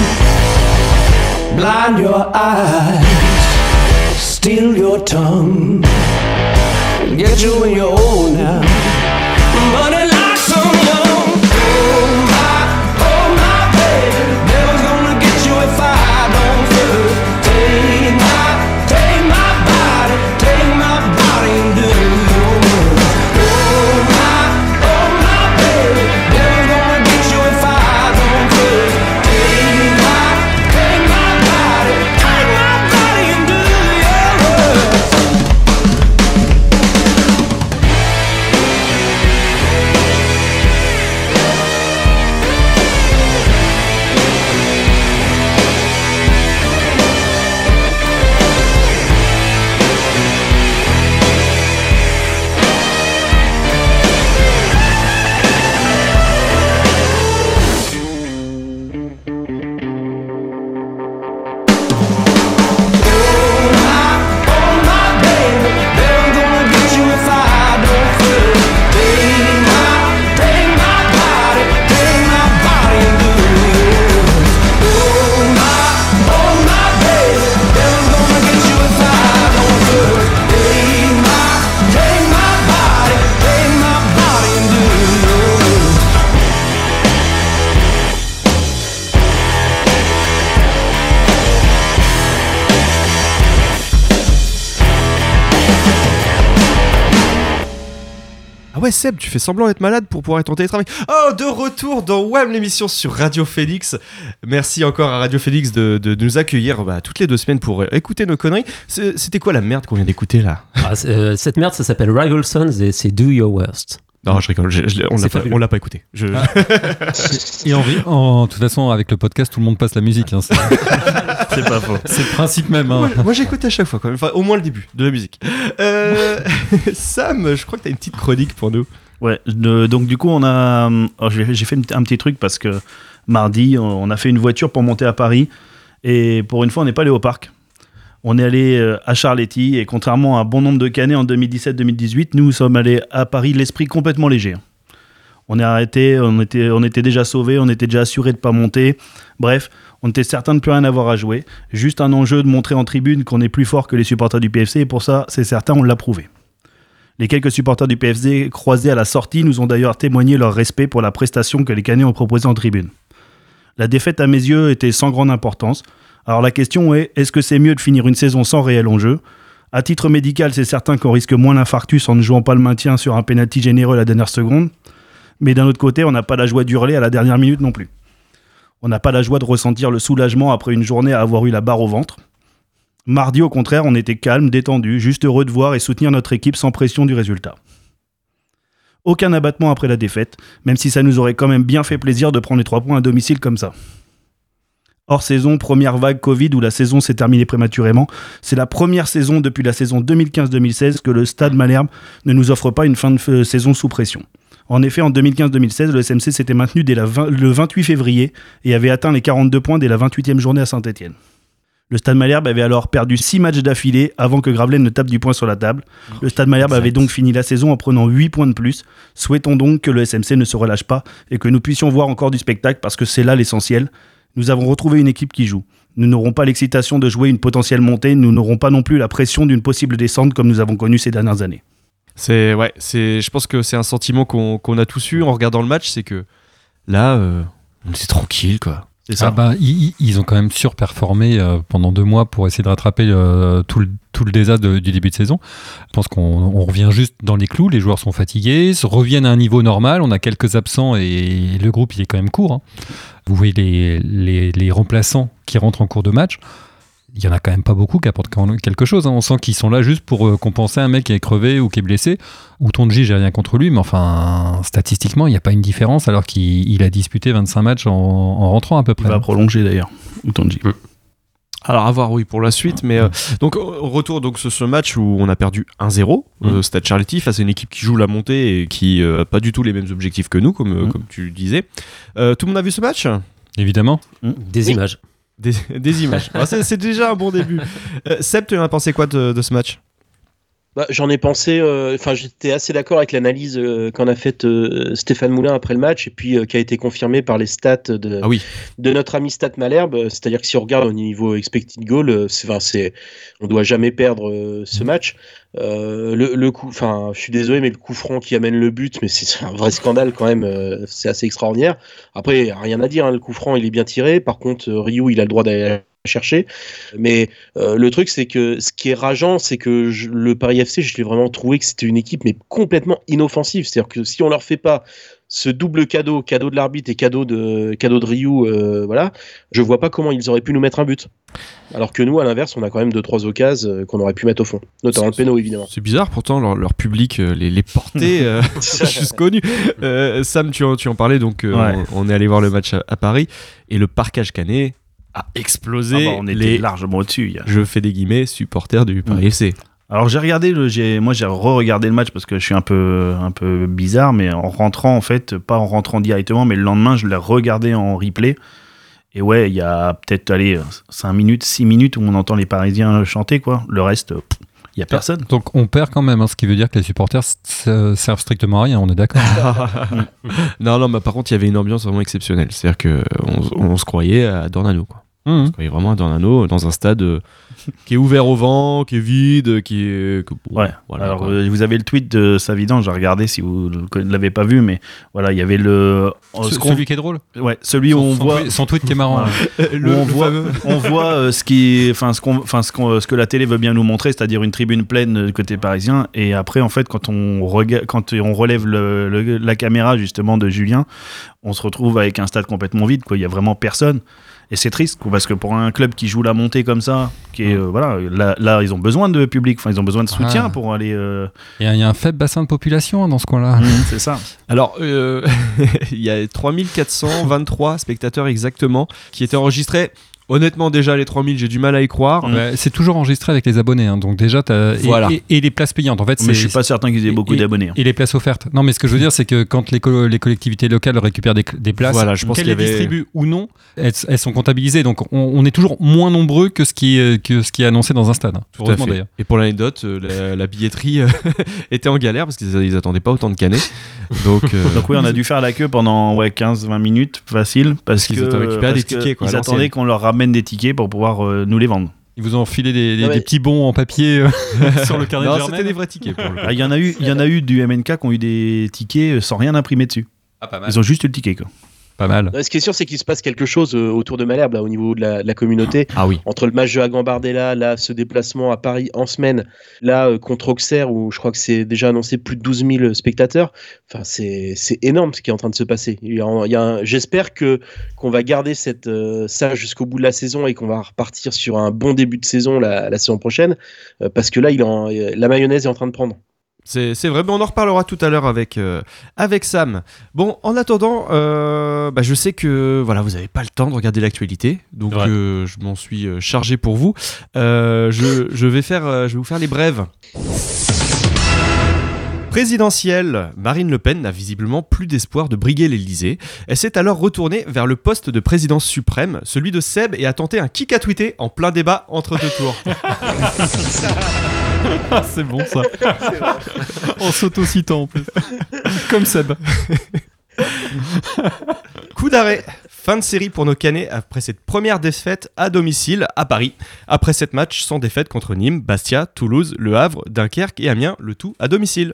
Speaker 7: Blind your eyes, steal your tongue get you when you're old now. Money like some young. Oh my, oh my baby, devil's gonna get you if I don't first take my, take my body, take my body and do your worst. Oh my, oh my baby, devil's gonna get you if I don't first take my, take my body, take my body and do your worst.
Speaker 3: Ah ouais, Seb, tu fais semblant d'être malade pour pouvoir être en télétravail. Oh, de retour dans WAM, l'émission sur Radio Félix. Merci encore à Radio Félix de, de nous accueillir bah, toutes les deux semaines pour euh, écouter nos conneries. C'est- C'était quoi la merde qu'on vient d'écouter là
Speaker 6: Ah, c'est- euh, cette merde, ça s'appelle Rival Sons et c'est Do Your Worst.
Speaker 3: Non, je rigole, je- je- on l'a
Speaker 6: C'est
Speaker 3: pas,
Speaker 6: fabuleux.
Speaker 3: on l'a pas écouté. Je-
Speaker 4: Et en, ri- en- de toute façon, avec le podcast, tout le monde passe la musique. hein,
Speaker 3: *laughs*
Speaker 4: c'est
Speaker 5: C'est pas faux.
Speaker 4: c'est le principe même. hein.
Speaker 3: Moi, moi, j'écoute à chaque fois quand même, enfin au moins le début de la musique. Euh, *laughs* Sam, je crois que t'as une petite chronique pour nous.
Speaker 5: Ouais, de- donc du coup, on a. hum, alors, j'ai j'ai fait une- un petit truc parce que mardi, on on a fait une voiture pour monter à Paris. Et pour une fois, on n'est pas allé au parc. On est allé euh, à Charletti. Et contrairement à un bon nombre de canets en 2017-2018, nous sommes allés à Paris l'esprit complètement léger. On est arrêté, on était, on était déjà sauvé, on était déjà assuré de ne pas monter. Bref, on était certain de plus rien avoir à jouer. Juste un enjeu de montrer en tribune qu'on est plus fort que les supporters du PFC. Et pour ça, c'est certain, on l'a prouvé. Les quelques supporters du PFC croisés à la sortie nous ont d'ailleurs témoigné leur respect pour la prestation que les Canets ont proposée en tribune. La défaite, à mes yeux, était sans grande importance. Alors la question est, est-ce que c'est mieux de finir une saison sans réel enjeu À titre médical, c'est certain qu'on risque moins l'infarctus en ne jouant pas le maintien sur un pénalty généreux à la dernière seconde. Mais d'un autre côté, on n'a pas la joie d'hurler à la dernière minute non plus. On n'a pas la joie de ressentir le soulagement après une journée à avoir eu la barre au ventre. Mardi, au contraire, on était calme, détendu, juste heureux de voir et soutenir notre équipe sans pression du résultat. Aucun abattement après la défaite, même si ça nous aurait quand même bien fait plaisir de prendre les trois points à domicile comme ça. Hors saison, première vague Covid où la saison s'est terminée prématurément, c'est la première saison depuis la saison 2015-2016 que le Stade Malherbe ne nous offre pas une fin de f- saison sous pression. En effet, en 2015-2016, le SMC s'était maintenu dès la vingt- le 28 février et avait atteint les 42 points dès la 28e journée à Saint-Étienne. Le Stade Malherbe avait alors perdu 6 matchs d'affilée avant que Gravelaine ne tape du poing sur la table. Le Stade Malherbe avait donc fini la saison en prenant 8 points de plus. Souhaitons donc que le SMC ne se relâche pas et que nous puissions voir encore du spectacle parce que c'est là l'essentiel. Nous avons retrouvé une équipe qui joue. Nous n'aurons pas l'excitation de jouer une potentielle montée, nous n'aurons pas non plus la pression d'une possible descente comme nous avons connu ces dernières années.
Speaker 3: C'est ouais, c'est je pense que c'est un sentiment qu'on qu'on a tous eu en regardant le match, c'est que là euh, on était tranquille quoi. C'est ça.
Speaker 7: Ah bah, ils, ils- ils ont quand même surperformé euh, pendant deux mois pour essayer de rattraper euh, tout, le, tout le désastre de- du début de saison. Je pense qu'on on revient juste dans les clous, les joueurs sont fatigués, se reviennent à un niveau normal, on a quelques absents et le groupe il est quand même court. hein. Vous voyez les, les- les remplaçants qui rentrent en cours de match. Il y en a quand même pas beaucoup qui apportent quand- quelque chose. hein. On sent qu'ils sont là juste pour euh, compenser un mec qui est crevé ou qui est blessé. Ou Tonji, j'ai rien contre lui, mais enfin, statistiquement, il n'y a pas une différence alors qu'il il a disputé 25 matchs en, en rentrant à peu
Speaker 5: Il
Speaker 7: près. hein,
Speaker 5: va prolonger d'ailleurs, Utonji.
Speaker 3: Alors à voir oui pour la suite, mais euh, donc au au retour donc ce, ce match où on a perdu 1-0 euh, Stade Charletti face à une équipe qui joue la montée et qui euh, a pas du tout les mêmes objectifs que nous comme euh,
Speaker 5: Mm.
Speaker 3: comme tu disais. Euh, tout le monde a vu ce match
Speaker 7: Évidemment.
Speaker 6: Des images.
Speaker 3: des, *laughs* des images. Alors, c'est c'est déjà un bon début. Euh, Seb, tu en as pensé quoi de, de ce match
Speaker 4: Bah, J'en ai pensé, euh, enfin j'étais assez d'accord avec l'analyse euh, qu'en a faite euh, Stéphane Moulin après le match et puis euh, qui a été confirmée par les stats de,
Speaker 3: Ah oui.
Speaker 4: de notre ami Stat Malherbe. Euh, C'est-à-dire que si on regarde au niveau expected goal, euh, c'est, enfin, c'est, on doit jamais perdre euh,
Speaker 3: Mm.
Speaker 4: ce match. Euh, le, le coup, enfin je suis désolé, mais le coup franc qui amène le but, mais c'est, c'est un vrai scandale quand même. euh, c'est assez extraordinaire. Après rien à dire, hein, le coup franc il est bien tiré. Par contre euh, Ryu il a le droit d'aller la chercher, mais euh, le truc, c'est que ce qui est rageant, c'est que je- le Paris FC, je l'ai vraiment trouvé que c'était une équipe mais complètement inoffensive. C'est-à-dire que si on leur fait pas ce double cadeau, cadeau de l'arbitre et cadeau de cadeau de Ryu, euh, voilà, je vois pas comment ils auraient pu nous mettre un but. Alors que nous, à l'inverse, on a quand même deux trois occasions euh, qu'on aurait pu mettre au fond, notamment le
Speaker 3: *laughs*
Speaker 4: péno évidemment.
Speaker 3: C'est bizarre, pourtant leur, leur public euh, les, les portait euh, *laughs* jusqu'au nu. Euh, Sam, tu en, tu en parlais, donc euh,
Speaker 5: Ouais.
Speaker 3: on, on est allé voir le match à, à Paris et le parcage canet a
Speaker 5: Ah
Speaker 3: explosé.
Speaker 5: bah, on était Mm.
Speaker 3: les,
Speaker 5: largement au-dessus. il y a-
Speaker 3: je fais des guillemets, supporters du Paris FC.
Speaker 5: Alors j'ai regardé, le, j'ai, moi j'ai re-regardé le match parce que je suis un peu, un peu bizarre, mais en rentrant en fait, pas en rentrant directement, mais le lendemain je l'ai regardé en replay. Et ouais, il y a peut-être, allez, 5 minutes, 6 minutes où on entend les Parisiens chanter, quoi. Le reste, pff, il
Speaker 7: Ah.
Speaker 5: y a personne.
Speaker 7: Donc on perd quand même, hein, ce qui veut dire que les supporters s- s- servent strictement à rien, on est d'accord.
Speaker 3: *laughs*
Speaker 5: *laughs*
Speaker 3: non, non, mais par contre, il y avait une ambiance vraiment exceptionnelle. C'est-à-dire que on, on se croyait à Dornano. Quoi.
Speaker 7: Mhm.
Speaker 5: Euh,
Speaker 3: On se croyait vraiment à Dornano dans un stade
Speaker 5: *laughs*
Speaker 3: euh, qui est ouvert au vent, qui est vide, qui est. que- bon,
Speaker 5: Ouais.
Speaker 3: voilà,
Speaker 5: Alors
Speaker 3: quoi.
Speaker 5: euh, vous avez le tweet de Savidan, j'ai regardé si vous ne l'avez pas vu, mais voilà, il y avait le... euh,
Speaker 7: Ce-
Speaker 5: ce qu'on-
Speaker 7: celui qui est drôle.
Speaker 5: ouais, celui où
Speaker 7: Son-
Speaker 5: on
Speaker 7: son
Speaker 5: voit...
Speaker 7: tweet- son tweet qui est marrant.
Speaker 5: Voilà.
Speaker 7: hein.
Speaker 5: Où on, voit, on voit euh, ce qui, enfin ce qu'on, enfin ce qu'on- ce que la télé veut bien nous montrer, c'est-à-dire une tribune pleine euh, du côté parisien. Et après, en fait, quand on rega- quand on relève le- le- la caméra justement de Julien, on se retrouve avec un stade complètement vide. Quoi, il y a vraiment personne. Et c'est triste, quoi, parce que pour un club qui joue la montée comme ça, qui est, euh, voilà, là, là, ils ont besoin de public, enfin, ils ont besoin de soutien
Speaker 7: Ah.
Speaker 5: pour aller.
Speaker 7: *laughs*
Speaker 5: euh,
Speaker 7: Et Il y a un faible bassin de population hein, dans ce coin-là.
Speaker 5: c'est ça.
Speaker 3: Alors, euh, *laughs* il y a 3423 spectateurs exactement qui étaient enregistrés. Honnêtement, déjà, les 3000, j'ai du mal à y croire.
Speaker 7: Ouais, Euh, c'est toujours enregistré avec les abonnés, hein, donc déjà, t'as- et-
Speaker 3: Mmh. Voilà.
Speaker 7: et, et les places payantes. En fait,
Speaker 5: Mais
Speaker 7: c'est-
Speaker 5: je suis pas certain qu'ils aient beaucoup
Speaker 7: et-
Speaker 5: d'abonnés. hein.
Speaker 7: Et les places offertes. Non, mais ce que je veux dire, c'est que quand les, co- les collectivités locales récupèrent des, cl- des places,
Speaker 3: Voilà, je pense
Speaker 7: qu'elles
Speaker 3: qu'il y
Speaker 7: les
Speaker 3: avait-
Speaker 7: distribuent ou non, elles, elles sont comptabilisées. Donc, on, on est toujours moins nombreux que ce qui est, que ce qui est annoncé dans un stade. hein.
Speaker 3: Tout à
Speaker 7: Heureusement,
Speaker 3: fait.
Speaker 7: d'ailleurs.
Speaker 3: Et pour l'anecdote, euh, la, la billetterie euh, *laughs* était en galère parce qu'ils ils attendaient pas autant de canets. Donc, euh,
Speaker 5: Donc oui, on a dû faire la queue pendant ouais, 15-20 minutes, facile, parce
Speaker 3: qu'ils
Speaker 5: que-
Speaker 3: attendaient- récupéraient
Speaker 5: parce
Speaker 3: des
Speaker 5: que
Speaker 3: tickets, quoi, à
Speaker 5: ils
Speaker 3: l'ancienne.
Speaker 5: attendaient qu'on leur ramène des tickets pour pouvoir euh, nous les vendre.
Speaker 4: *laughs*
Speaker 7: Ils vous ont filé des, des-
Speaker 4: Non, mais-
Speaker 7: des petits bons en papier euh, sur le carnet de
Speaker 3: non,
Speaker 7: Germaine.
Speaker 3: c'était des vrais tickets pour le
Speaker 5: Ah, Il y en a eu, il y en a eu du MNK qui ont eu des tickets euh, sans rien imprimer dessus.
Speaker 7: Ah, pas mal.
Speaker 5: Ils ont juste eu le ticket. Quoi.
Speaker 7: Pas mal.
Speaker 4: Ouais, ce qui est sûr, c'est qu'il se passe quelque chose euh, autour de Malherbe là, au niveau de la, de la communauté.
Speaker 3: Ah oui.
Speaker 4: Entre le match de Agambardella, là, ce déplacement à Paris en semaine, là euh, contre Auxerre où je crois que c'est déjà annoncé plus de 12 000 spectateurs. Enfin, c'est c'est énorme ce qui est en train de se passer. Il y a un- il y a un- J'espère que qu'on va garder cette euh, ça jusqu'au bout de la saison et qu'on va repartir sur un bon début de saison la, la saison prochaine euh, parce que là, il est en- euh, la mayonnaise est en train de prendre.
Speaker 3: C'est c'est vrai, mais on en reparlera tout à l'heure avec, euh, avec Sam. Bon, en attendant, euh, bah, je sais que voilà, vous n'avez pas le temps de regarder l'actualité, donc
Speaker 6: C'est vrai.
Speaker 3: euh, je m'en suis euh, chargé pour vous. Euh, je, je vais faire, euh, je vais vous faire les brèves. Présidentielle, Marine Le Pen n'a visiblement plus d'espoir de briguer l'Elysée. Elle s'est alors retournée vers le poste de présidence suprême, celui de Seb, et a tenté un kick à tweeter en plein débat entre deux tours. *laughs*
Speaker 7: C'est bon ça. en s'auto-citant en plus. Comme Seb.
Speaker 3: *laughs* Coup d'arrêt Fin de série pour nos Canets après cette première défaite à domicile à Paris. Après sept matchs sans défaite contre Nîmes, Bastia, Toulouse, Le Havre, Dunkerque et Amiens, le tout à domicile.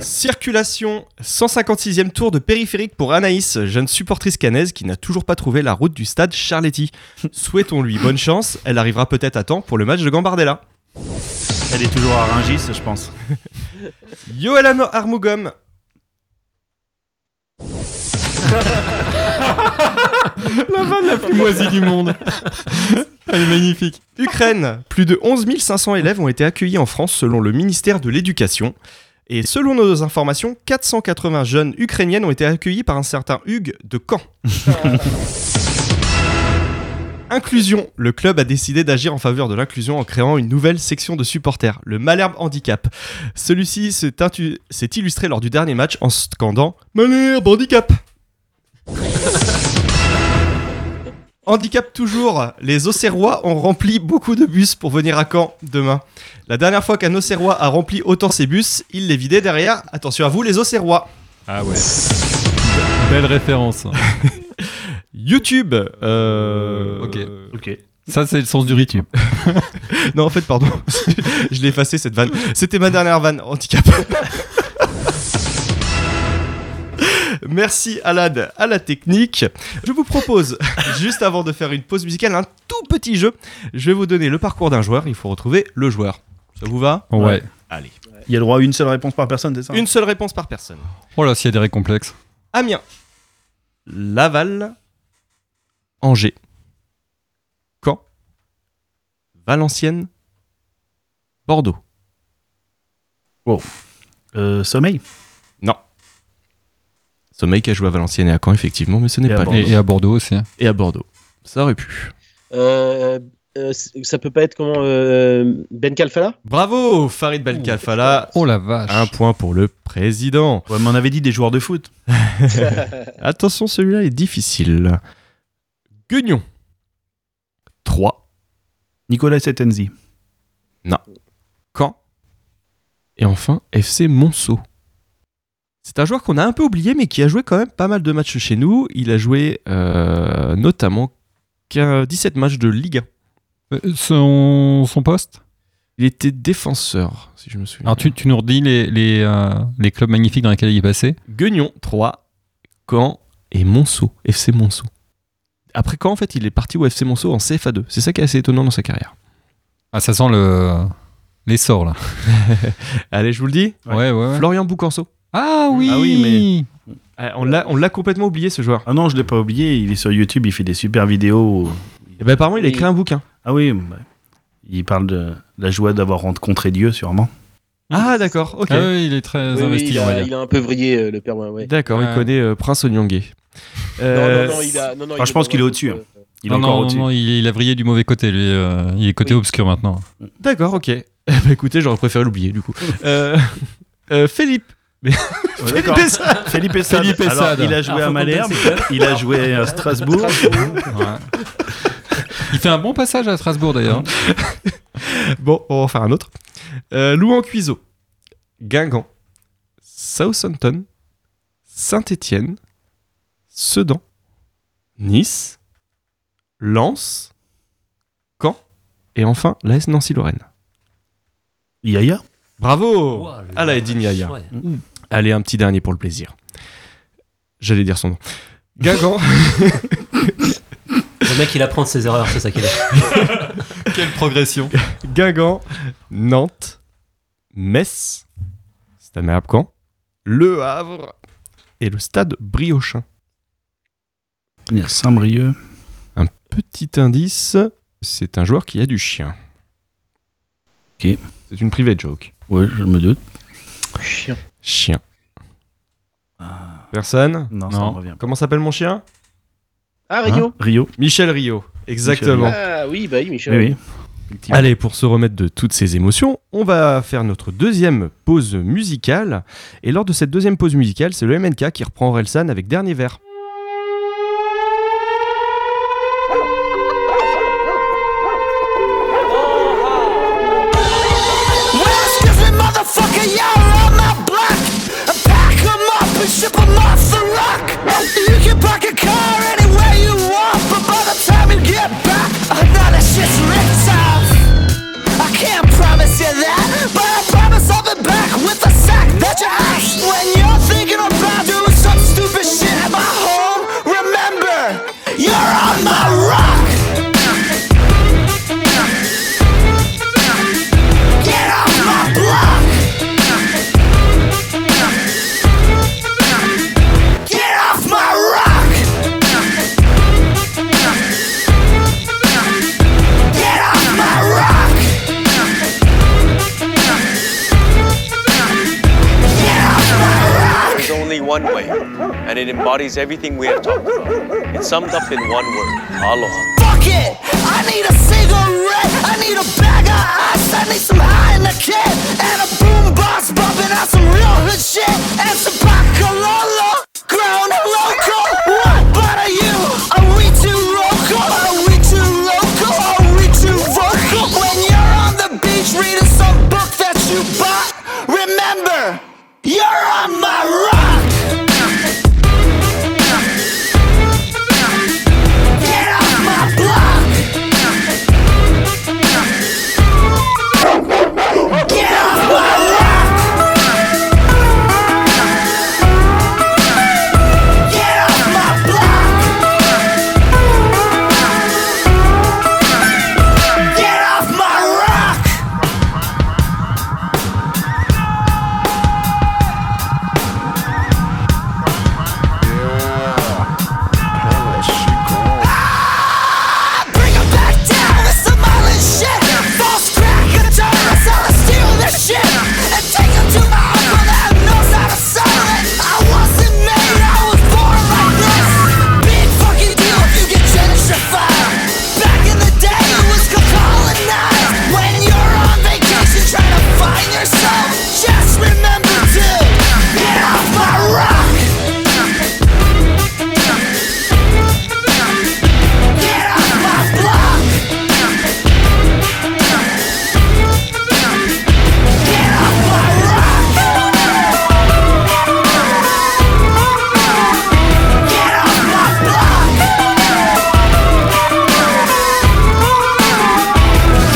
Speaker 3: Circulation, 156e tour de périphérique pour Anaïs, jeune supportrice canaise qui n'a toujours pas trouvé la route du stade Charletti. Souhaitons-lui bonne chance, elle arrivera peut-être à temps pour le match de Gambardella.
Speaker 5: Elle est toujours à Rungis, je pense.
Speaker 3: Yoelano Armougom,
Speaker 7: *laughs* La vanne la plus moisie du monde. Elle est magnifique.
Speaker 3: Ukraine. Plus de 11 500 élèves ont été accueillis en France selon le ministère de l'Éducation. Et selon nos informations, 480 jeunes ukrainiennes ont été accueillis par un certain Hugues de
Speaker 7: *laughs*
Speaker 3: Caen. Inclusion. Le club a décidé d'agir en faveur de l'inclusion en créant une nouvelle section de supporters, le Malherbe Handicap. Celui-ci s'est intu- s'est illustré lors du dernier match en scandant Malherbe Handicap *laughs* Handicap toujours, les Auxerrois ont rempli beaucoup de bus pour venir à Caen demain. La dernière fois qu'un Auxerrois a rempli autant ses bus, il les vidait derrière. Attention à vous les Auxerrois
Speaker 7: Ah ouais. hein. Belle référence.
Speaker 3: YouTube euh...
Speaker 7: Ok.
Speaker 5: Ok.
Speaker 7: Ça, c'est le sens du rythme.
Speaker 3: Non, en fait, pardon. *laughs* je l'ai effacé cette vanne. C'était ma dernière vanne, handicap. Merci Alad à la technique. Je vous propose, juste avant de faire une pause musicale, un tout petit jeu. Je vais vous donner le parcours d'un joueur. Il faut retrouver le joueur. Ça vous va
Speaker 7: Ouais.
Speaker 5: Il y a le droit à une seule réponse par personne, c'est ça
Speaker 3: Une seule réponse par personne.
Speaker 7: Oh là, s'il y a des règles complexes.
Speaker 3: Amiens, Laval, Angers, Caen, Valenciennes, Bordeaux.
Speaker 5: Euh, sommeil.
Speaker 3: Non. Sommeil qui a joué à Valenciennes et à Caen, effectivement, mais ce n'est
Speaker 5: Et à
Speaker 3: pas lui.
Speaker 5: Bordeaux.
Speaker 7: Et, et à Bordeaux aussi. hein.
Speaker 3: Et à Bordeaux. Ça aurait pu.
Speaker 4: Euh, euh, c- ça peut pas être comment euh, Ben Kalfala
Speaker 3: Bravo, Farid Belkafala.
Speaker 7: Oh la vache.
Speaker 3: Un point pour le président.
Speaker 5: Ouais, mais on avait dit des joueurs de foot.
Speaker 3: Attention, celui-là est difficile. Guignon. 3.
Speaker 5: Nicolas Etenzi.
Speaker 3: Caen. Et enfin, FC Monceau. C'est un joueur qu'on a un peu oublié, mais qui a joué quand même pas mal de matchs chez nous. Il a joué euh, notamment qu'un- 17 matchs de Ligue 1.
Speaker 7: Euh, Son, son poste
Speaker 3: Il était défenseur, si je me souviens.
Speaker 5: Ah,
Speaker 7: Alors, tu, tu nous redis les, les, euh, les clubs magnifiques dans lesquels il est passé.
Speaker 3: Guignon, 3, Caen et Monceau, FC Monceau. Après Caen, en fait, il est parti au FC Monceau en CFA2. C'est ça qui est assez étonnant dans sa carrière.
Speaker 7: Ah, ça sent le l'essor là.
Speaker 3: Allez, je vous le dis,
Speaker 5: Ouais.
Speaker 7: Ouais, ouais, ouais.
Speaker 3: Florian Boucanceau.
Speaker 7: Ah oui,
Speaker 5: Ah oui, mais-
Speaker 3: Euh, on l'a on l'a complètement oublié, ce joueur.
Speaker 5: Ah non, je l'ai pas oublié. Il est sur YouTube, il fait des super vidéos.
Speaker 3: Et ben, apparemment, il a
Speaker 4: Oui.
Speaker 3: écrit un bouquin.
Speaker 5: Ah oui, bah, il parle de la joie d'avoir rencontré Dieu, sûrement.
Speaker 3: Ah, d'accord, ok.
Speaker 7: Ah oui, il est très
Speaker 4: Oui, oui,
Speaker 7: investi,
Speaker 4: il,
Speaker 7: on va
Speaker 4: a,
Speaker 7: dire.
Speaker 4: il a un peu vrillé euh, le père Noël, ouais.
Speaker 3: D'accord, il
Speaker 7: Ouais.
Speaker 3: connaît euh, Prince Onyangé.
Speaker 4: Non,
Speaker 3: Euh,
Speaker 4: non, non, il a- non, non,
Speaker 5: enfin,
Speaker 4: il
Speaker 5: je pense
Speaker 4: dans
Speaker 5: qu'il est
Speaker 4: un-
Speaker 5: au-dessus, hein. Il est
Speaker 7: Non,
Speaker 5: encore
Speaker 7: non,
Speaker 5: au-dessus.
Speaker 7: non, il, il a vrillé du mauvais côté, lui. euh, il est côté obscur maintenant.
Speaker 3: D'accord, ok. *laughs* Eh ben, écoutez, j'aurais préféré l'oublier, du coup. Euh, euh, Philippe.
Speaker 5: Ouais, d'accord.
Speaker 3: Philippe
Speaker 5: *laughs*
Speaker 3: Essard.
Speaker 5: Philippe Essade.
Speaker 7: Philippe
Speaker 5: Alors,
Speaker 7: Essade.
Speaker 5: il a
Speaker 6: Alors,
Speaker 5: joué à
Speaker 6: faut compter
Speaker 5: Malherbe,
Speaker 6: ses clubs.
Speaker 5: il a joué à Strasbourg.
Speaker 7: Il fait un bon passage à Strasbourg d'ailleurs.
Speaker 3: Bon, on va en faire un autre. Euh, Louan Cuiseau, Guingamp, Southampton, Saint-Étienne, Sedan, Nice, Lens, Caen et enfin l'AS Nancy-Lorraine.
Speaker 5: Yaya
Speaker 3: Bravo
Speaker 6: Ouah, le
Speaker 3: Ah là,
Speaker 6: vache.
Speaker 3: Edine Yaya.
Speaker 6: Ouais.
Speaker 3: Allez, un petit dernier pour le plaisir. J'allais dire son nom. Guingamp,
Speaker 6: Le mec, il apprend de ses erreurs, c'est ça qu'il est.
Speaker 7: Quelle progression.
Speaker 3: Guingamp, Nantes, Metz, Stade Malherbe Caen, Le Havre et le Stade Briochin.
Speaker 5: Il y a Saint-Brieuc.
Speaker 3: Petit indice, c'est un joueur qui a du chien.
Speaker 5: Ok.
Speaker 3: C'est une private joke.
Speaker 5: Ouais, je me doute.
Speaker 4: Chiant.
Speaker 3: Chien. Personne
Speaker 5: Non,
Speaker 7: ça
Speaker 5: ça
Speaker 7: me
Speaker 5: revient.
Speaker 3: Comment s'appelle mon chien
Speaker 4: Ah, Rio
Speaker 5: Hein, Rio.
Speaker 3: Michel Rio. Exactement.
Speaker 4: Ah oui, bah oui, Michel.
Speaker 5: Oui, oui.
Speaker 3: *laughs* Allez, pour se remettre de toutes ces émotions, on va faire notre deuxième pause musicale. Et lors de cette deuxième pause musicale, c'est le MNK qui reprend Orelsan avec Dernier Verre.
Speaker 9: Well, excuse me, motherfucker, you're on my block. Pack 'em up and ship 'em off the rock. that, but I promise I'll be back with a sack that you asked. When you're thinking about doing some stupid shit at my home, remember, you're on my rock. Get off my block. Get off my rock. Get off my rock.
Speaker 10: There's only one way, and it embodies everything we have talked about. It's summed up in one word aloha.
Speaker 9: Fuck it! I need a cigarette, I need a bag of ice, I need some high in the kit, and a boom box bumping out some real hood shit, and some bacalolo, grown and local. What butter you? Are we too local? Are we too local? Are we too vocal? When you're on the beach reading some book that you bought, remember, you're on my rock. Get off my block. Get off my rock. Get off my block. Get off my rock. Bring 'em back down with some island shit. False crack and a terrorist, I'll steal their shit. And take 'em to my uncle that knows how to sell it. I wasn't made, I was born like this. Big fucking deal if you get gentrified. Back in the day, it was colonized. When you're on vacation trying to find yourself, just remember to get off my rock. Get off my block! Get off my rock! Get off my block! Get off my rock! Get off my block!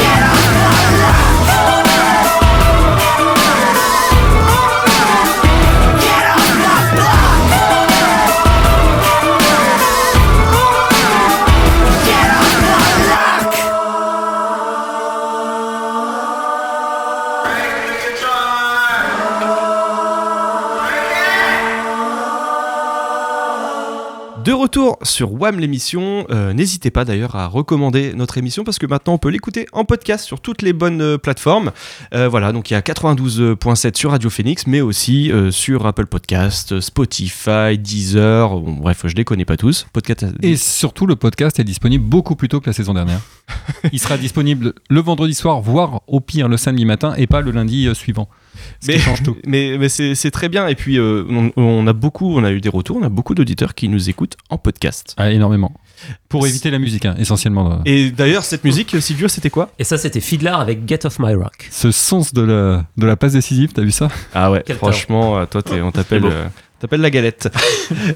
Speaker 9: Get off my rock!
Speaker 3: De retour sur WAM l'émission, Euh, n'hésitez pas d'ailleurs à recommander notre émission parce que maintenant on peut l'écouter en podcast sur toutes les bonnes euh, plateformes. Euh, voilà, donc il y a 92.7 sur Radio Phoenix, mais aussi euh, sur Apple Podcast, euh, Spotify, Deezer, bon, bref, je les connais pas tous. Podcast.
Speaker 7: Et surtout, le podcast est disponible beaucoup plus tôt que la saison
Speaker 3: *laughs*
Speaker 7: dernière. Il sera disponible le vendredi soir, voire au pire le samedi matin, et pas le lundi euh, suivant. Ce
Speaker 3: Mais-
Speaker 7: qui change tout.
Speaker 3: Mais, mais c'est c'est très bien. Et puis euh, on, on a beaucoup, on a eu des retours, on a beaucoup d'auditeurs qui nous écoutent en podcast.
Speaker 7: Ah, énormément. Pour éviter la musique, hein, essentiellement. euh,
Speaker 3: Et d'ailleurs, cette musique, Silvio, c'était quoi
Speaker 6: Et ça, c'était Fiddler avec Get Off My Rock.
Speaker 7: Ce sens de la, de la passe décisive, t'as vu ça
Speaker 3: Ah ouais,
Speaker 6: Quel
Speaker 3: franchement, euh, toi, t'es- on t'appelle.
Speaker 5: beau.
Speaker 3: euh, t'appelles la galette.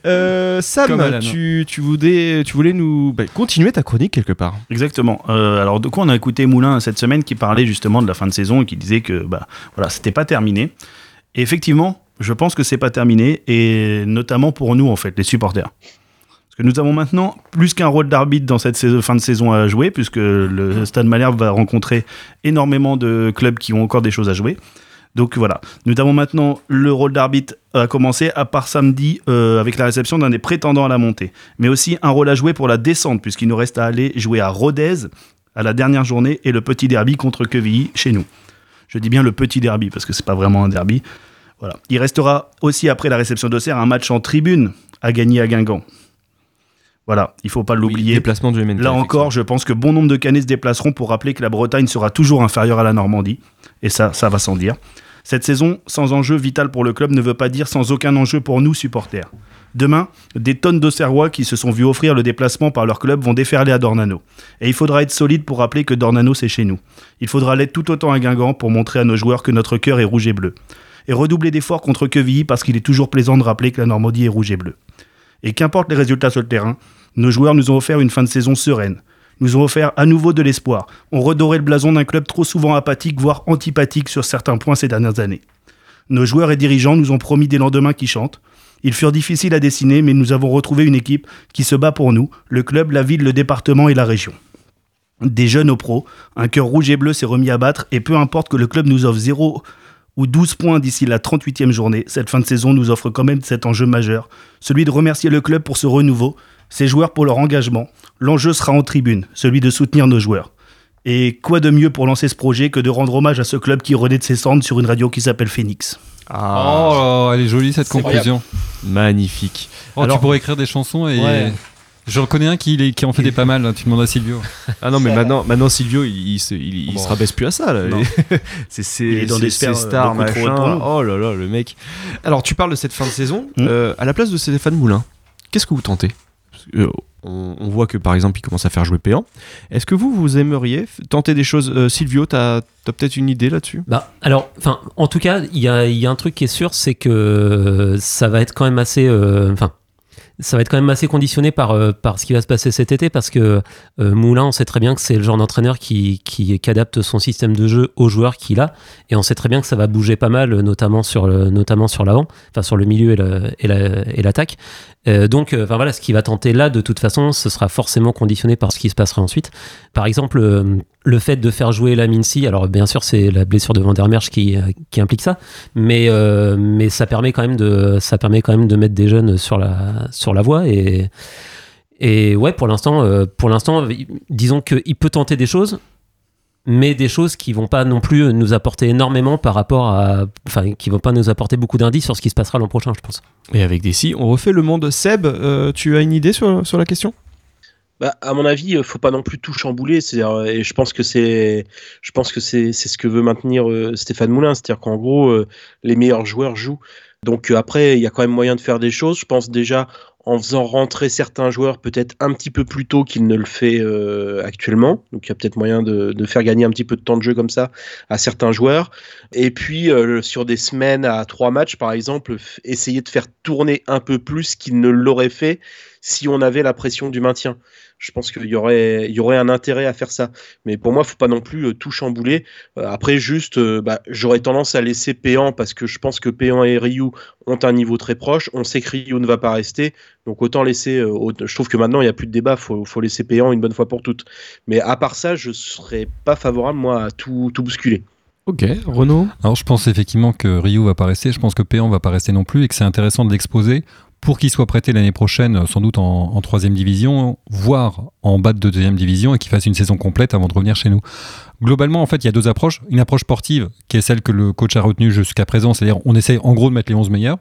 Speaker 3: Euh,
Speaker 7: Comme
Speaker 3: Sam,
Speaker 7: Alan.
Speaker 3: tu, tu voulais, tu voulais nous bah, continuer ta chronique quelque part.
Speaker 5: Exactement. Euh, alors, de quoi on a écouté Moulin cette semaine qui parlait justement de la fin de saison et qui disait que bah, voilà, c'était pas terminé. Et effectivement, je pense que c'est pas terminé, et notamment pour nous, en fait, les supporters. Parce que nous avons maintenant plus qu'un rôle d'arbitre dans cette saison- fin de saison à jouer, puisque le Stade Malherbe va rencontrer énormément de clubs qui ont encore des choses à jouer. Donc voilà, nous avons maintenant le rôle d'arbitre à commencer, à part samedi, euh, avec la réception d'un des prétendants à la montée. Mais aussi un rôle à jouer pour la descente, puisqu'il nous reste à aller jouer à Rodez à la dernière journée et le petit derby contre Quevilly chez nous. Je dis bien le petit derby, parce que c'est pas vraiment un derby. Voilà. Il restera aussi après la réception d'Auxerre un match en tribune à gagner à Guingamp. Voilà, il faut pas l'oublier.
Speaker 3: Déplacement du MNT.
Speaker 5: Là encore, je pense que bon nombre de Canets se déplaceront pour rappeler que la Bretagne sera toujours inférieure à la Normandie. Et ça, ça va sans dire. Cette saison, sans enjeu vital pour le club, ne veut pas dire sans aucun enjeu pour nous, supporters. Demain, des tonnes d'Auxerrois qui se sont vus offrir le déplacement par leur club vont déferler à Dornano. Et il faudra être solide pour rappeler que Dornano, c'est chez nous. Il faudra l'être tout autant à Guingamp pour montrer à nos joueurs que notre cœur est rouge et bleu. Et redoubler d'efforts contre Quevilly parce qu'il est toujours plaisant de rappeler que la Normandie est rouge et bleu. Et qu'importe les résultats sur le terrain, nos joueurs nous ont offert une fin de saison sereine.
Speaker 11: nous ont offert à nouveau de l'espoir, ont redoré le blason d'un club trop souvent apathique, voire antipathique sur certains points ces dernières années. Nos joueurs et dirigeants nous ont promis des lendemains qui chantent. Ils furent difficiles à dessiner, mais nous avons retrouvé une équipe qui se bat pour nous, le club, la ville, le département et la région. Des jeunes aux pros, un cœur rouge et bleu s'est remis à battre, et peu importe que le club nous offre 0 ou 12 points d'ici la 38e journée, cette fin de saison nous offre quand même cet enjeu majeur, celui de remercier le club pour ce renouveau, ses joueurs pour leur engagement. L'enjeu sera en tribune, celui de soutenir nos joueurs. Et quoi de mieux pour lancer ce projet que de rendre hommage à ce club qui renaît de ses cendres sur une radio qui s'appelle Phoenix
Speaker 3: Ah.
Speaker 5: Ah.
Speaker 7: Oh, elle est jolie cette conclusion.
Speaker 3: Magnifique.
Speaker 7: Oh, tu pourrais écrire des chansons et.
Speaker 3: Ouais.
Speaker 7: Je reconnais un qui, les- qui en fait des pas mal, là. tu demandes à Silvio.
Speaker 3: Ah non, mais maintenant, maintenant Silvio, il, il se, il- il
Speaker 7: Bon.
Speaker 3: se rabaisse plus à ça. Là.
Speaker 7: Non.
Speaker 3: *laughs* c'est
Speaker 11: Il
Speaker 3: c'est
Speaker 11: est dans
Speaker 3: c'est-
Speaker 11: des
Speaker 3: c'est
Speaker 11: sphères, euh,
Speaker 3: star,
Speaker 11: beaucoup trop hautes
Speaker 3: machin.
Speaker 11: pour nous.
Speaker 3: Oh là là, le mec. Alors, tu parles de cette fin de saison.
Speaker 11: Mm.
Speaker 3: Euh, à la place de Stéphane Moulin, qu'est-ce que vous tentez Parce que, euh, on, on voit que, par exemple, il commence à faire jouer Péan. Est-ce que vous, vous aimeriez f- tenter des choses Euh, Silvio, t'as as, peut-être une idée là-dessus
Speaker 6: Bah, alors, enfin, en tout cas, il y a, il y a un truc qui est sûr, c'est que euh, ça va être quand même assez, euh, enfin, ça va être quand même assez conditionné par euh, par ce qui va se passer cet été, parce que euh, Moulin, on sait très bien que c'est le genre d'entraîneur qui, qui qui adapte son système de jeu aux joueurs qu'il a, et on sait très bien que ça va bouger pas mal, euh, notamment sur le, notamment sur l'avant, enfin sur le milieu et le- et la- et l'attaque. Euh, donc, euh, enfin voilà, ce qu'il va tenter là, de toute façon, ce sera forcément conditionné par ce qui se passera ensuite. Par exemple, euh, le fait de faire jouer la Mincy, alors bien sûr, c'est la blessure de Van der Merch qui, euh, qui implique ça, mais, euh, mais ça, permet quand même de, ça permet quand même de mettre des jeunes sur la, sur la voie et. Et ouais, pour l'instant, euh, pour l'instant, disons qu'il peut tenter des choses, mais des choses qui vont pas non plus nous apporter énormément par rapport à, enfin, qui vont pas nous apporter beaucoup d'indices sur ce qui se passera l'an prochain, je pense.
Speaker 3: Et avec des si, on refait le monde. Seb, euh, tu as une idée sur, sur la question
Speaker 4: Bah, à mon avis, euh, faut pas non plus tout chambouler. C'est-à-dire, euh, et je pense que c'est, je pense que c'est, c'est ce que veut maintenir euh, Stéphane Moulin. C'est-à-dire qu'en gros, euh, les meilleurs joueurs jouent. Donc euh, après, il y a quand même moyen de faire des choses. Je pense déjà en faisant rentrer certains joueurs peut-être un petit peu plus tôt qu'il ne le fait euh, actuellement. Donc il y a peut-être moyen de, de faire gagner un petit peu de temps de jeu comme ça à certains joueurs. Et puis euh, sur des semaines à trois matchs, par exemple, f- essayer de faire tourner un peu plus qu'il ne l'aurait fait si on avait la pression du maintien. Je pense qu'il y aurait, il y aurait un intérêt à faire ça. Mais pour moi, faut pas non plus euh, tout chambouler. Euh, après, juste, euh, bah, j'aurais tendance à laisser Péan parce que je pense que Péan et Ryu ont un niveau très proche. On sait que Ryu ne va pas rester. Donc autant laisser. euh, au- je trouve que maintenant, il n'y a plus de débat. faut, faut laisser Péan une bonne fois pour toutes. Mais à part ça, je serais pas favorable, moi, à tout, tout bousculer.
Speaker 3: Ok, Renaud
Speaker 7: Alors je pense effectivement que Ryu va pas rester, je pense que Péan va pas rester non plus et que c'est intéressant de l'exposer pour qu'il soit prêté l'année prochaine, euh, sans doute en, en troisième division, voire en bas de deuxième division et qu'il fasse une saison complète avant de revenir chez nous. Globalement, en fait, il y a deux approches. Une approche sportive, qui est celle que le coach a retenue jusqu'à présent, c'est-à-dire on essaye en gros de mettre les 11 meilleurs.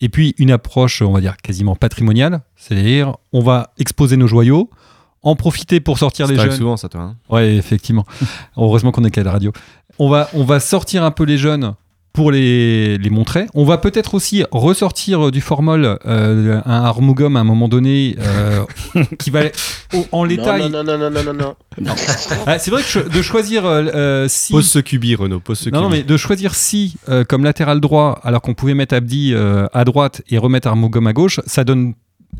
Speaker 7: Et puis une approche, on va dire, quasiment patrimoniale, c'est-à-dire on va exposer nos joyaux, en profiter pour sortir les
Speaker 3: Ça t'arrive
Speaker 7: jeunes.
Speaker 3: souvent, ça, toi. hein
Speaker 7: Ouais,
Speaker 5: *laughs*
Speaker 7: effectivement. Heureusement qu'on est qu'à la radio. On va, on va sortir un peu les jeunes pour les, les montrer. On va peut-être aussi ressortir du formol euh, un Armougom à un moment donné
Speaker 5: *laughs*
Speaker 7: euh, qui va au- en l'état.
Speaker 4: Non,
Speaker 7: il-
Speaker 4: non, non, non, non, non, non.
Speaker 7: Ah, c'est vrai que cho- de choisir euh, euh, si.
Speaker 3: Pose ce cubi, Renaud, pose ce
Speaker 7: Non, non,
Speaker 3: cubi.
Speaker 7: mais de choisir si euh, comme latéral droit alors qu'on pouvait mettre Abdi euh, à droite et remettre Armougom à gauche, ça donne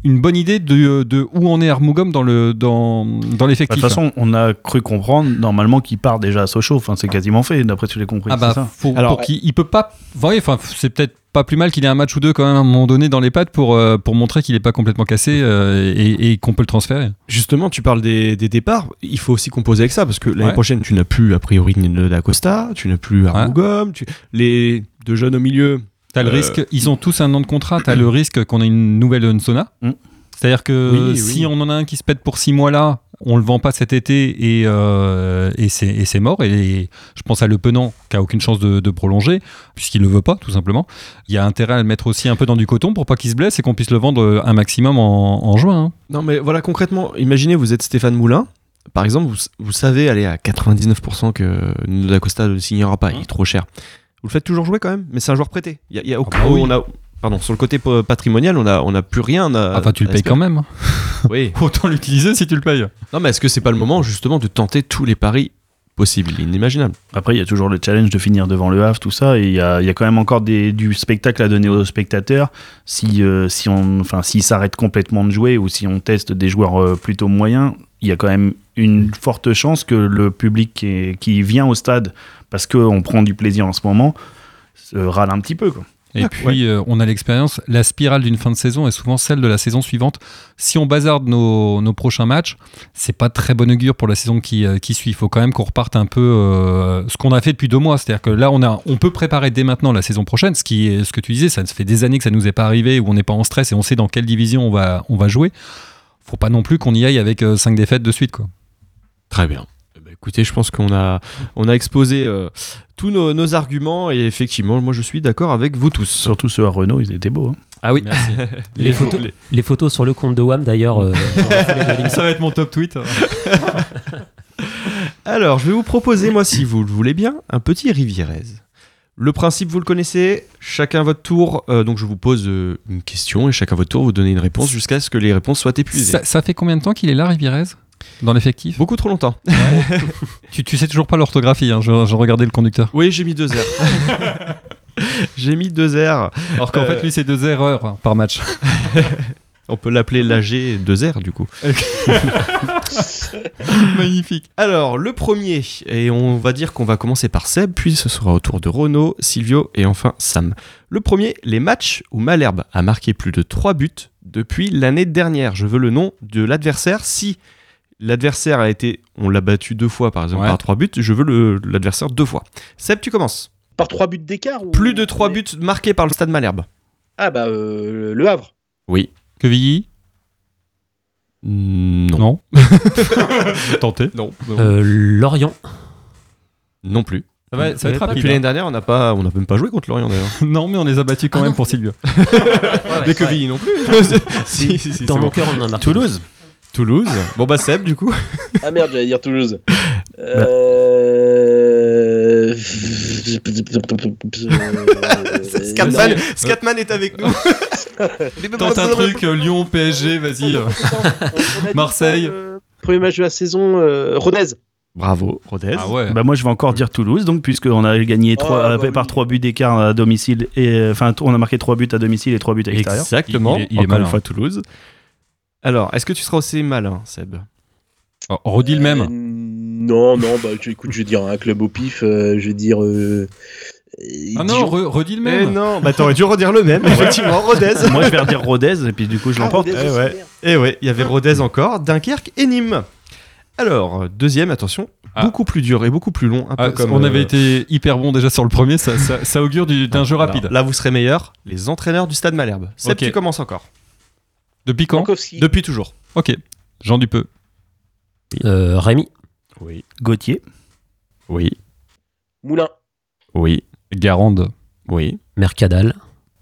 Speaker 7: une bonne idée de, de où en est Armougom dans le dans, dans
Speaker 5: Bah, De
Speaker 7: l'effectif.
Speaker 5: toute façon, on a cru comprendre normalement qu'il part déjà à Sochaux. Enfin, c'est quasiment fait, d'après ce que j'ai compris.
Speaker 7: Ah bah,
Speaker 5: c'est ça.
Speaker 7: faut-
Speaker 3: Alors,
Speaker 7: pour qu'il il peut pas. ouais, enfin, c'est peut-être pas plus mal qu'il ait un match ou deux quand même à un moment donné dans les pattes pour, euh, pour montrer qu'il est pas complètement cassé euh, et, et qu'on peut le transférer.
Speaker 3: Justement, tu parles des, des départs. Il faut aussi composer avec ça parce que l'année
Speaker 7: Ouais.
Speaker 3: prochaine, tu n'as plus a priori Nino d'Acosta, tu n'as plus Armougom, tu... les deux jeunes au milieu.
Speaker 7: T'as le
Speaker 3: Euh,
Speaker 7: risque, ils ont tous un an de contrat, t'as le risque qu'on ait une nouvelle Nsona.
Speaker 5: Mm.
Speaker 7: C'est-à-dire que
Speaker 3: Oui,
Speaker 7: si
Speaker 3: oui.
Speaker 7: on en a un qui se pète pour six mois là, on le vend pas cet été et, euh, et c'est et c'est mort. Et je pense à Le Penant qui a aucune chance de, de prolonger puisqu'il le veut pas tout simplement. Il y a intérêt à le mettre aussi un peu dans du coton pour pas qu'il se blesse et qu'on puisse le vendre euh, un maximum en, en juin. hein.
Speaker 3: Non, mais voilà, concrètement, imaginez, vous êtes Stéphane Moulin. Par exemple, vous, vous savez aller à 99% que Nino d'Acosta ne signera pas, il est trop cher. Vous le faites toujours jouer quand même, mais c'est un joueur prêté. Il y a, il y a aucun-
Speaker 7: bah oui.
Speaker 3: on a, pardon, sur le côté euh, patrimonial, on n'a on a plus rien. à-
Speaker 7: Enfin, tu le
Speaker 3: à
Speaker 7: payes
Speaker 3: espérer.
Speaker 7: quand même. hein.
Speaker 3: Oui.
Speaker 7: Euh, *laughs* Autant l'utiliser si tu le payes.
Speaker 3: Non, mais est-ce que c'est pas le moment justement de tenter tous les paris possibles, inimaginables
Speaker 5: Après, il y a toujours le challenge de finir devant le Havre, tout ça. Et il y a, il y a quand même encore des, du spectacle à donner aux spectateurs. Si, euh, si on, enfin, s'ils s'arrêtent complètement de jouer ou si on teste des joueurs euh, plutôt moyens, il y a quand même une forte chance que le public qui, est- qui vient au stade, parce qu'on prend du plaisir en ce moment, se râle un petit peu. Quoi.
Speaker 7: Et puis, euh, on a l'expérience. La spirale d'une fin de saison est souvent celle de la saison suivante. Si on bazarde nos, nos prochains matchs, c'est pas très bon augure pour la saison qui, euh, qui suit. Il faut quand même qu'on reparte un peu euh, ce qu'on a fait depuis deux mois. C'est-à-dire que là, on, a, on peut préparer dès maintenant la saison prochaine. Ce, qui est, ce que tu disais, ça fait des années que ça nous est pas arrivé, où on n'est pas en stress et on sait dans quelle division on va, on va jouer. Faut pas non plus qu'on y aille avec euh, cinq défaites de suite. Quoi.
Speaker 8: Très bien. Eh ben,
Speaker 3: Écoutez, je pense qu'on a, on a exposé euh, tous nos, nos arguments et effectivement, moi je suis d'accord avec vous tous.
Speaker 5: Surtout ceux à Renault, ils étaient beaux. hein.
Speaker 3: Ah oui.
Speaker 6: Les photos, les photos sur le compte de WAM d'ailleurs. euh, dans la foulée de la ligne.
Speaker 3: Ça va être mon top tweet. *laughs* Alors, je vais vous proposer, moi, si vous le voulez bien, un petit Rivierez. Le principe, vous le connaissez, chacun votre tour. euh, donc, je vous pose euh, une question et chacun votre tour, vous donnez une réponse jusqu'à ce que les réponses soient épuisées.
Speaker 7: Ça, ça fait combien de temps qu'il est là, Rivierez Dans l'effectif
Speaker 3: Beaucoup trop longtemps.
Speaker 7: tu, tu sais toujours pas l'orthographie, hein, je, je regardais le conducteur.
Speaker 3: Oui, j'ai mis deux heures. *laughs* j'ai mis deux heures.
Speaker 7: Alors qu'en fait, lui, c'est deux erreurs hein, par match.
Speaker 3: On peut l'appeler l'AG2R du coup.
Speaker 7: *laughs* Magnifique.
Speaker 3: Alors, le premier, et on va dire qu'on va commencer par Seb, puis ce sera au tour de Renaud, Silvio et enfin Sam. Le premier, les matchs où Malherbe a marqué plus de 3 buts depuis l'année dernière. Je veux le nom de l'adversaire. Si l'adversaire a été, on l'a battu deux fois par exemple
Speaker 7: Ouais.
Speaker 3: par 3 buts, je veux le- l'adversaire deux fois. Seb, tu commences.
Speaker 4: *laughs* Par trois buts d'écart
Speaker 3: *laughs*
Speaker 4: ou...
Speaker 3: Plus de 3 buts marqués par le stade Malherbe.
Speaker 4: Ah bah euh, le Havre.
Speaker 3: Oui.
Speaker 7: Quevilly
Speaker 3: Non.
Speaker 7: Non.
Speaker 3: Tenté Non.
Speaker 6: Euh, Lorient.
Speaker 3: Non plus.
Speaker 7: Ça va- ça va être rapide,
Speaker 3: Depuis l'année
Speaker 7: hein.
Speaker 3: dernière, on n'a pas, on n'a même pas joué contre Lorient d'ailleurs.
Speaker 7: *laughs* Ah non, mais on les a battus quand même pour Silvio.
Speaker 3: Les Quevilly
Speaker 7: *laughs*
Speaker 3: non plus. si, si, si,
Speaker 6: Dans
Speaker 3: c'est
Speaker 6: mon
Speaker 3: bon.
Speaker 6: cœur, on en a marqué.
Speaker 3: Toulouse. Toulouse. Bon bah Seb du coup.
Speaker 4: Ah merde, j'allais dire Toulouse. Euh...
Speaker 3: Scatman, Scatman est avec nous.
Speaker 7: Euh, Tente un truc, euh, Lyon, PSG, vas-y. euh, *laughs* Marseille.
Speaker 4: Premier match de la saison, euh, Rodez.
Speaker 3: Bravo, Rodez.
Speaker 7: Ah ouais.
Speaker 5: Bah,
Speaker 7: Bah,
Speaker 5: moi, je vais encore dire Toulouse, donc, puisqu'on a gagné trois,
Speaker 4: bah
Speaker 5: euh, par
Speaker 4: oui.
Speaker 5: trois buts d'écart à domicile, et euh, enfin, t- on a marqué trois buts à domicile et trois buts à l'extérieur.
Speaker 3: Exactement.
Speaker 7: Il- il est- il est
Speaker 3: Encore une
Speaker 7: malin.
Speaker 3: fois Toulouse. Alors, est-ce que tu seras aussi malin, Seb
Speaker 7: oh, redis le
Speaker 4: Euh,
Speaker 7: même.
Speaker 4: non, non, bah tu- écoute, je vais dire un club au pif, euh, je vais dire. euh, euh,
Speaker 7: Ah non,
Speaker 4: Dijon.
Speaker 7: re- redis le
Speaker 3: Mais
Speaker 7: même.
Speaker 3: non, bah t'aurais dû redire le même, effectivement, Rodez.
Speaker 5: *laughs* moi, je vais redire Rodez, et puis du coup, je
Speaker 4: Ah,
Speaker 5: l'emporte.
Speaker 4: Rodez,
Speaker 3: Eh
Speaker 4: c'est
Speaker 3: ouais.
Speaker 4: bien.
Speaker 3: Et ouais, il y avait Rodez encore, Dunkerque et Nîmes. Alors, deuxième, attention,
Speaker 7: Ah.
Speaker 3: beaucoup plus dur et beaucoup plus long, un peu
Speaker 7: Ah,
Speaker 3: comme
Speaker 7: on
Speaker 3: euh, Ah,
Speaker 7: avait été hyper bon déjà sur le premier, ça, ça- ça augure du- d'un jeu
Speaker 3: alors,
Speaker 7: rapide.
Speaker 3: Là, vous serez meilleur, les entraîneurs du stade Malherbe. Seb,
Speaker 7: Ok.
Speaker 3: tu commences encore.
Speaker 7: Depuis quand
Speaker 4: Frankowski.
Speaker 3: Depuis toujours.
Speaker 7: Ok, Jean Dupeux.
Speaker 6: Euh, Rémi.
Speaker 3: Oui.
Speaker 5: Ah. Gauthier.
Speaker 3: Oui.
Speaker 4: Moulin.
Speaker 3: Oui.
Speaker 7: Garande.
Speaker 3: Oui.
Speaker 6: Mercadal.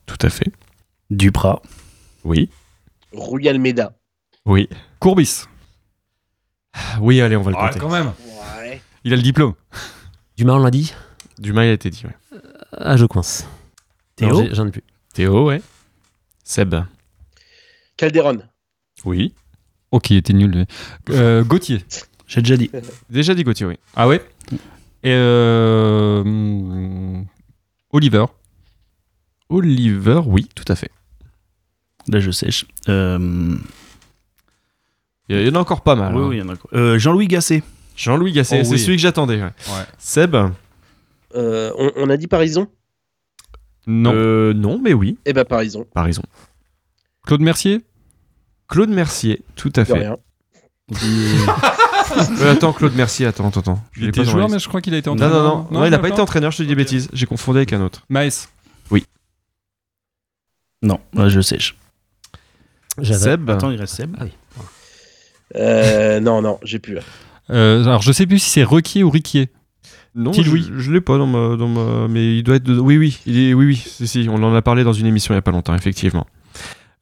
Speaker 3: Tout à fait.
Speaker 5: Duprat.
Speaker 3: Oui.
Speaker 4: Rui Almeida.
Speaker 3: Oui.
Speaker 7: Courbis.
Speaker 3: Oui, allez, on va le compter.
Speaker 7: Ah, même.
Speaker 4: Ouais.
Speaker 7: Il a le diplôme.
Speaker 6: Dumas, on l'a dit
Speaker 3: Du mal, il a été dit, ouais.
Speaker 6: Ah, je coince.
Speaker 5: Théo
Speaker 6: Non, j'ai- J'en ai plus.
Speaker 3: Théo, ouais. Seb.
Speaker 4: Calderon.
Speaker 3: Oui.
Speaker 7: Ok, il était nul. lui. Euh, Gauthier.
Speaker 5: J'ai déjà dit.
Speaker 3: Déjà dit Gauthier, oui.
Speaker 7: Ah ouais Et euh, hmm, Oliver.
Speaker 3: Oliver, oui, tout à fait.
Speaker 5: Là, je sèche. Euh,
Speaker 3: Il y- il y en a encore pas mal.
Speaker 5: oui,
Speaker 3: hein.
Speaker 5: oui, il y en a encore. Euh, Jean-Louis Gasset.
Speaker 3: Jean-Louis Gasset,
Speaker 7: Oh
Speaker 3: c'est
Speaker 7: oui.
Speaker 3: celui que j'attendais. ouais.
Speaker 7: Ouais.
Speaker 3: Seb
Speaker 4: Euh, on, on a dit Parison
Speaker 7: Non.
Speaker 3: Euh, non, mais oui.
Speaker 4: Eh ben Parison.
Speaker 3: Par raison.
Speaker 7: Claude Mercier.
Speaker 3: Claude Mercier, tout à
Speaker 4: De
Speaker 3: fait.
Speaker 4: rien.
Speaker 3: Euh, attends, Claude Mercier, attends, attends, attends. Je
Speaker 7: Il
Speaker 3: l'ai
Speaker 7: était
Speaker 3: pas dans
Speaker 7: joueur,
Speaker 3: la
Speaker 7: mais
Speaker 3: liste.
Speaker 7: je crois qu'il a été
Speaker 3: Non,
Speaker 7: entraîneur.
Speaker 3: non, non, non, il n'a pas été
Speaker 7: d'accord.
Speaker 3: entraîneur, je te dis des bêtises. J'ai confondu avec un autre.
Speaker 7: Maes.
Speaker 5: Non, là, je sèche. Ah,
Speaker 6: J'avais.
Speaker 3: Seb
Speaker 5: Attends, il reste Seb.
Speaker 4: Euh, non, non, j'ai plus. là.
Speaker 7: Euh, alors, je sais plus si c'est Requier ou Riquier.
Speaker 3: Non,
Speaker 7: Petit
Speaker 3: je,
Speaker 7: Louis.
Speaker 3: je l'ai pas dans ma, dans ma- Mais il doit être. dedans. Oui, oui, il est, oui, oui. Si, si, on en a parlé dans une émission il n'y a pas longtemps, effectivement.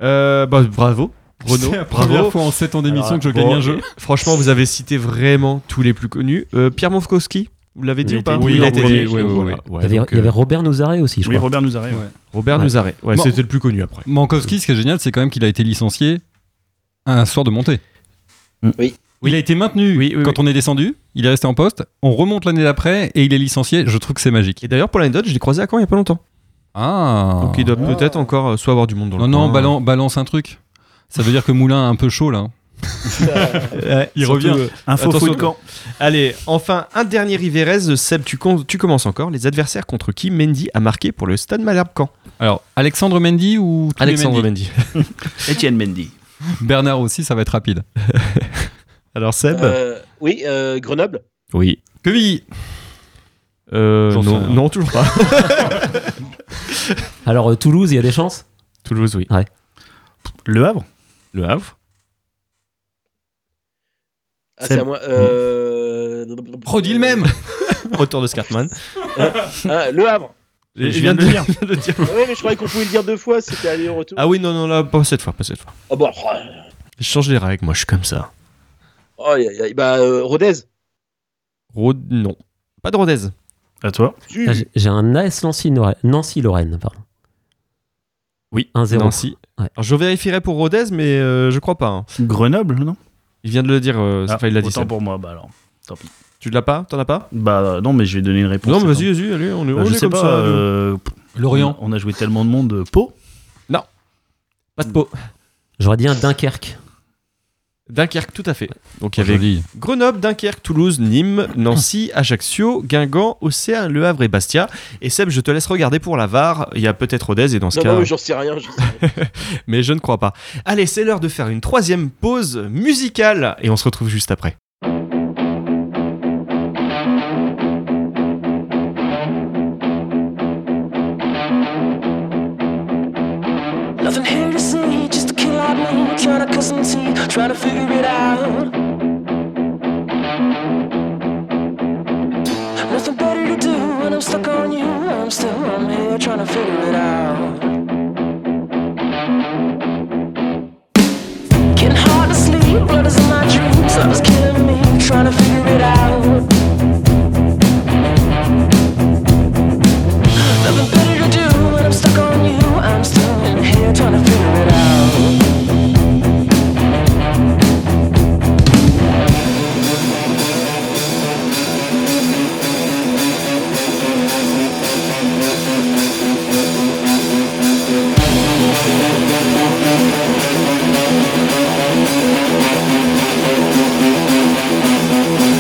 Speaker 3: Euh, bah, bravo, Renaud.
Speaker 7: C'est la première
Speaker 3: Bravo.
Speaker 7: fois en 7 ans d'émission
Speaker 5: Alors,
Speaker 7: que je
Speaker 3: Bon,
Speaker 7: gagne un jeu.
Speaker 3: Franchement, vous avez cité vraiment tous les plus connus. Euh, Pierre Mofkowski, vous l'avez dit
Speaker 5: Il
Speaker 3: ou
Speaker 5: a
Speaker 3: pas
Speaker 5: été dit,
Speaker 3: il a
Speaker 5: oui,
Speaker 3: été
Speaker 5: oui,
Speaker 3: dit.
Speaker 7: oui, oui,
Speaker 3: Voilà.
Speaker 6: Il
Speaker 3: Ouais,
Speaker 6: y avait-
Speaker 3: donc,
Speaker 6: il y
Speaker 3: euh,
Speaker 6: avait Robert Nozaré aussi, je
Speaker 5: Oui,
Speaker 6: crois.
Speaker 5: Robert nous arrive.
Speaker 7: Ouais.
Speaker 3: Robert
Speaker 6: Ouais.
Speaker 3: Nouzaré. Ouais,
Speaker 7: Bon.
Speaker 3: c'était le plus connu après.
Speaker 7: Mankowski, ce qui est génial, c'est quand même qu'il a été licencié un soir de montée.
Speaker 4: Oui.
Speaker 7: Il a été maintenu
Speaker 3: Oui, oui,
Speaker 7: quand
Speaker 3: oui.
Speaker 7: on est descendu. Il est resté en poste. On remonte l'année d'après et il est licencié. Je trouve que c'est magique.
Speaker 3: Et d'ailleurs, pour l'anecdote, je l'ai croisé à Caen il n'y a pas longtemps.
Speaker 7: Ah.
Speaker 3: Donc il doit peut-être encore euh, soit avoir du monde dans
Speaker 7: Non,
Speaker 3: le
Speaker 7: non,
Speaker 3: coin.
Speaker 7: balan- balance un truc. Ça veut dire que Moulin est un peu chaud là.
Speaker 3: Ouais,
Speaker 7: Il
Speaker 3: surtout,
Speaker 7: revient.
Speaker 3: euh,
Speaker 5: Info
Speaker 3: attention.
Speaker 5: foot camp.
Speaker 3: Allez, enfin, un dernier Rivérez. Seb, tu, com- tu commences encore. Les adversaires contre qui Mendy a marqué pour le Stade Malherbe Caen
Speaker 7: Alors, Alexandre Mendy ou tous les
Speaker 3: Alexandre
Speaker 7: Mendy
Speaker 3: Mendy.
Speaker 5: Etienne Mendy.
Speaker 7: Bernard aussi, ça va être rapide.
Speaker 3: Alors, Seb
Speaker 4: Euh, oui, euh, Grenoble.
Speaker 3: Oui.
Speaker 7: Quevilly
Speaker 3: Euh,
Speaker 7: J'en sais
Speaker 3: non,
Speaker 7: rien.
Speaker 3: non, toujours pas.
Speaker 6: Alors, euh, Toulouse, il y a des chances
Speaker 3: *laughs* Toulouse, oui.
Speaker 5: Le Havre.
Speaker 3: Le Havre.
Speaker 4: Ah,
Speaker 3: Seb.
Speaker 4: c'est à moi. Euh...
Speaker 7: Redis le même
Speaker 3: Retour de Scartman.
Speaker 4: *laughs* Ah, le Havre.
Speaker 3: Et
Speaker 5: *laughs* Je viens de dire.
Speaker 3: le dire.
Speaker 4: Oui, mais je croyais qu'on pouvait le dire deux fois, c'était aller-retour.
Speaker 3: Ah oui, non, non, là, pas cette fois, pas cette fois.
Speaker 4: Ah bon, oh,
Speaker 3: Je change les règles, moi, je suis comme ça.
Speaker 4: oh, y a- y a- bah, euh, Rodez.
Speaker 3: Rod... Non. Pas de Rodez.
Speaker 5: À toi.
Speaker 4: Tu-
Speaker 6: Ah, j'ai- J'ai un AS Nancy-Lorraine, Nancy-Lorraine, pardon.
Speaker 3: Oui,
Speaker 6: 1-0.
Speaker 3: Nancy.
Speaker 6: Ouais.
Speaker 3: Alors, je vérifierais pour Rodez, mais euh, je crois pas. hein.
Speaker 5: Grenoble, non
Speaker 3: Il vient de le dire, euh,
Speaker 5: Ah,
Speaker 3: enfin, il l'a dit.
Speaker 5: Autant
Speaker 3: Seb.
Speaker 5: pour moi, bah alors. Tant pis.
Speaker 3: Tu l'as pas T'en as pas
Speaker 5: Bah non, mais je vais donner une réponse.
Speaker 3: Non, mais
Speaker 5: attends.
Speaker 3: vas-y, vas-y, allez, on est,
Speaker 5: Bah,
Speaker 3: on
Speaker 5: je
Speaker 3: est
Speaker 5: sais
Speaker 3: comme
Speaker 5: pas.
Speaker 3: ça. nous.
Speaker 5: euh,
Speaker 7: Lorient.
Speaker 5: On a joué tellement de monde. euh, Pau.
Speaker 3: Pas de peau.
Speaker 6: J'aurais dit un Dunkerque.
Speaker 3: Dunkerque, tout à fait. Donc, il y avait
Speaker 7: Joli.
Speaker 3: Grenoble, Dunkerque, Toulouse, Nîmes, Nancy, *laughs* Ajaccio, Guingamp, Auxerre, Le Havre et Bastia. Et Seb, je te laisse regarder pour la VAR. Il y a peut-être Rodez et dans ce
Speaker 4: Non,
Speaker 3: cas,
Speaker 4: non, mais j'en sais rien. j'en sais rien.
Speaker 3: mais je ne crois pas. Allez, c'est l'heure de faire une troisième pause musicale et on se retrouve juste après.
Speaker 9: Nothing here to see, just a kid like me, kinda cussing tea, trying to figure it out. Nothing better to do when I'm stuck on you. I'm still I'm here trying to figure it out. Getting hard to sleep, blood is in my dreams. Love is killing me, trying to figure it out. Nothing better to do when I'm stuck on you. I'm still in here trying to figure it out.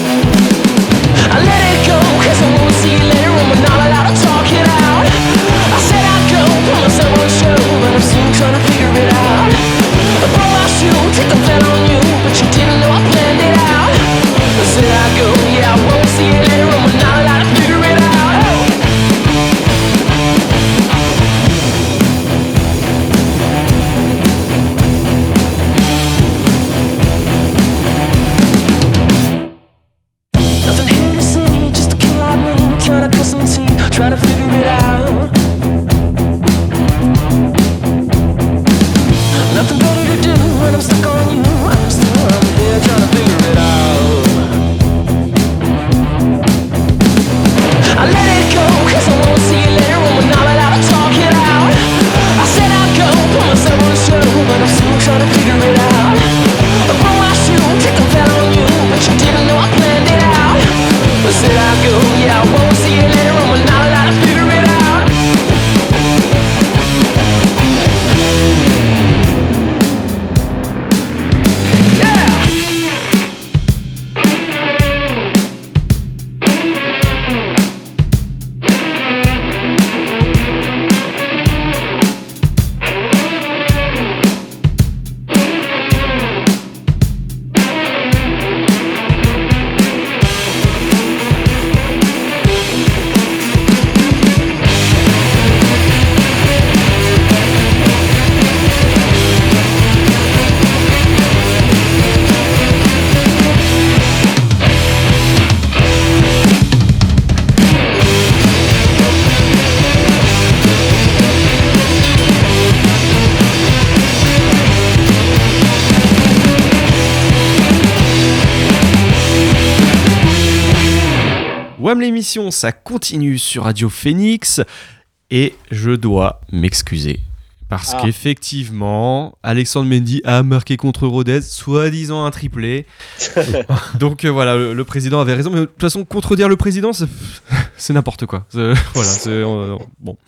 Speaker 9: I let it go, cause I won't see you later when we're not allowed to talk it out. I said I'd go, promise I won't show, but I'm still trying to figure it out. I broke my shoe, take the fell on you, but you didn't know I planned it out. I said I'd go, yeah, I won't see you later when we're not allowed to figure it out. Nothing here to see, just a kid like me, kinda cussing tea, trying to figure it out. Nothing better to do when I'm stuck on you. I'm still I'm here trying to figure it out. I let it go, cause I won't see you later when we're not allowed to talk it out. I said I'd go, promise I won't show, but I'm still trying to figure it out. I broke my shoe, take the fell on you, but you didn't know I planned it out. I said I'd go, yeah, I won't see you later when we're not allowed to figure it out.
Speaker 3: WAM l'émission, ça continue sur Radio Phoenix et je dois m'excuser. Parce
Speaker 4: Ah.
Speaker 3: qu'effectivement, Alexandre Mendy a marqué contre Rodez, soi-disant un
Speaker 6: *laughs*
Speaker 3: triplé. Donc euh, voilà, le, le président avait raison. Mais de toute façon, contredire le président, ça- c'est *laughs* n'importe quoi. C'est- *laughs* voilà, c'est- on- on- bon.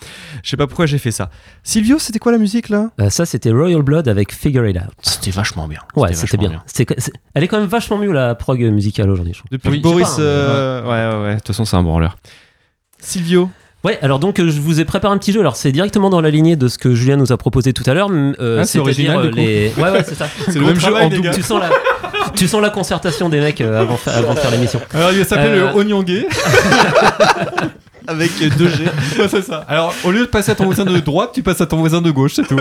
Speaker 3: Je sais pas pourquoi j'ai fait ça. Silvio, c'était quoi la musique là
Speaker 6: Euh, ça, c'était Royal Blood avec Figure It Out.
Speaker 8: C'était vachement bien.
Speaker 6: Ouais, c'était bien. C'est que- c'est- elle est quand même vachement mieux la prog musicale aujourd'hui. je trouve.
Speaker 3: Depuis
Speaker 6: Oui, je sais
Speaker 3: Boris.
Speaker 6: pas,
Speaker 3: euh, ouais, ouais, ouais. De toute façon, c'est un branleur. Silvio.
Speaker 6: Ouais, alors donc euh, je vous ai préparé un petit jeu. Alors c'est directement dans la lignée de ce que Julien nous a proposé tout à l'heure. m- euh,
Speaker 3: Ah, c'est
Speaker 6: c'est-à-dire,
Speaker 3: original,
Speaker 6: euh,
Speaker 3: du coup.
Speaker 6: les- Ouais, ouais, c'est ça.
Speaker 3: *laughs* C'est le même jeu en double.
Speaker 6: Tu sens la, tu sens la concertation des mecs euh, avant, avant de faire l'émission.
Speaker 3: Alors, il s'appelle
Speaker 6: Euh,
Speaker 3: le Oignon Gay. Avec 2G.
Speaker 7: Ouais, c'est ça. Alors, au lieu de passer à ton voisin de droite, tu passes à ton voisin de gauche, c'est tout.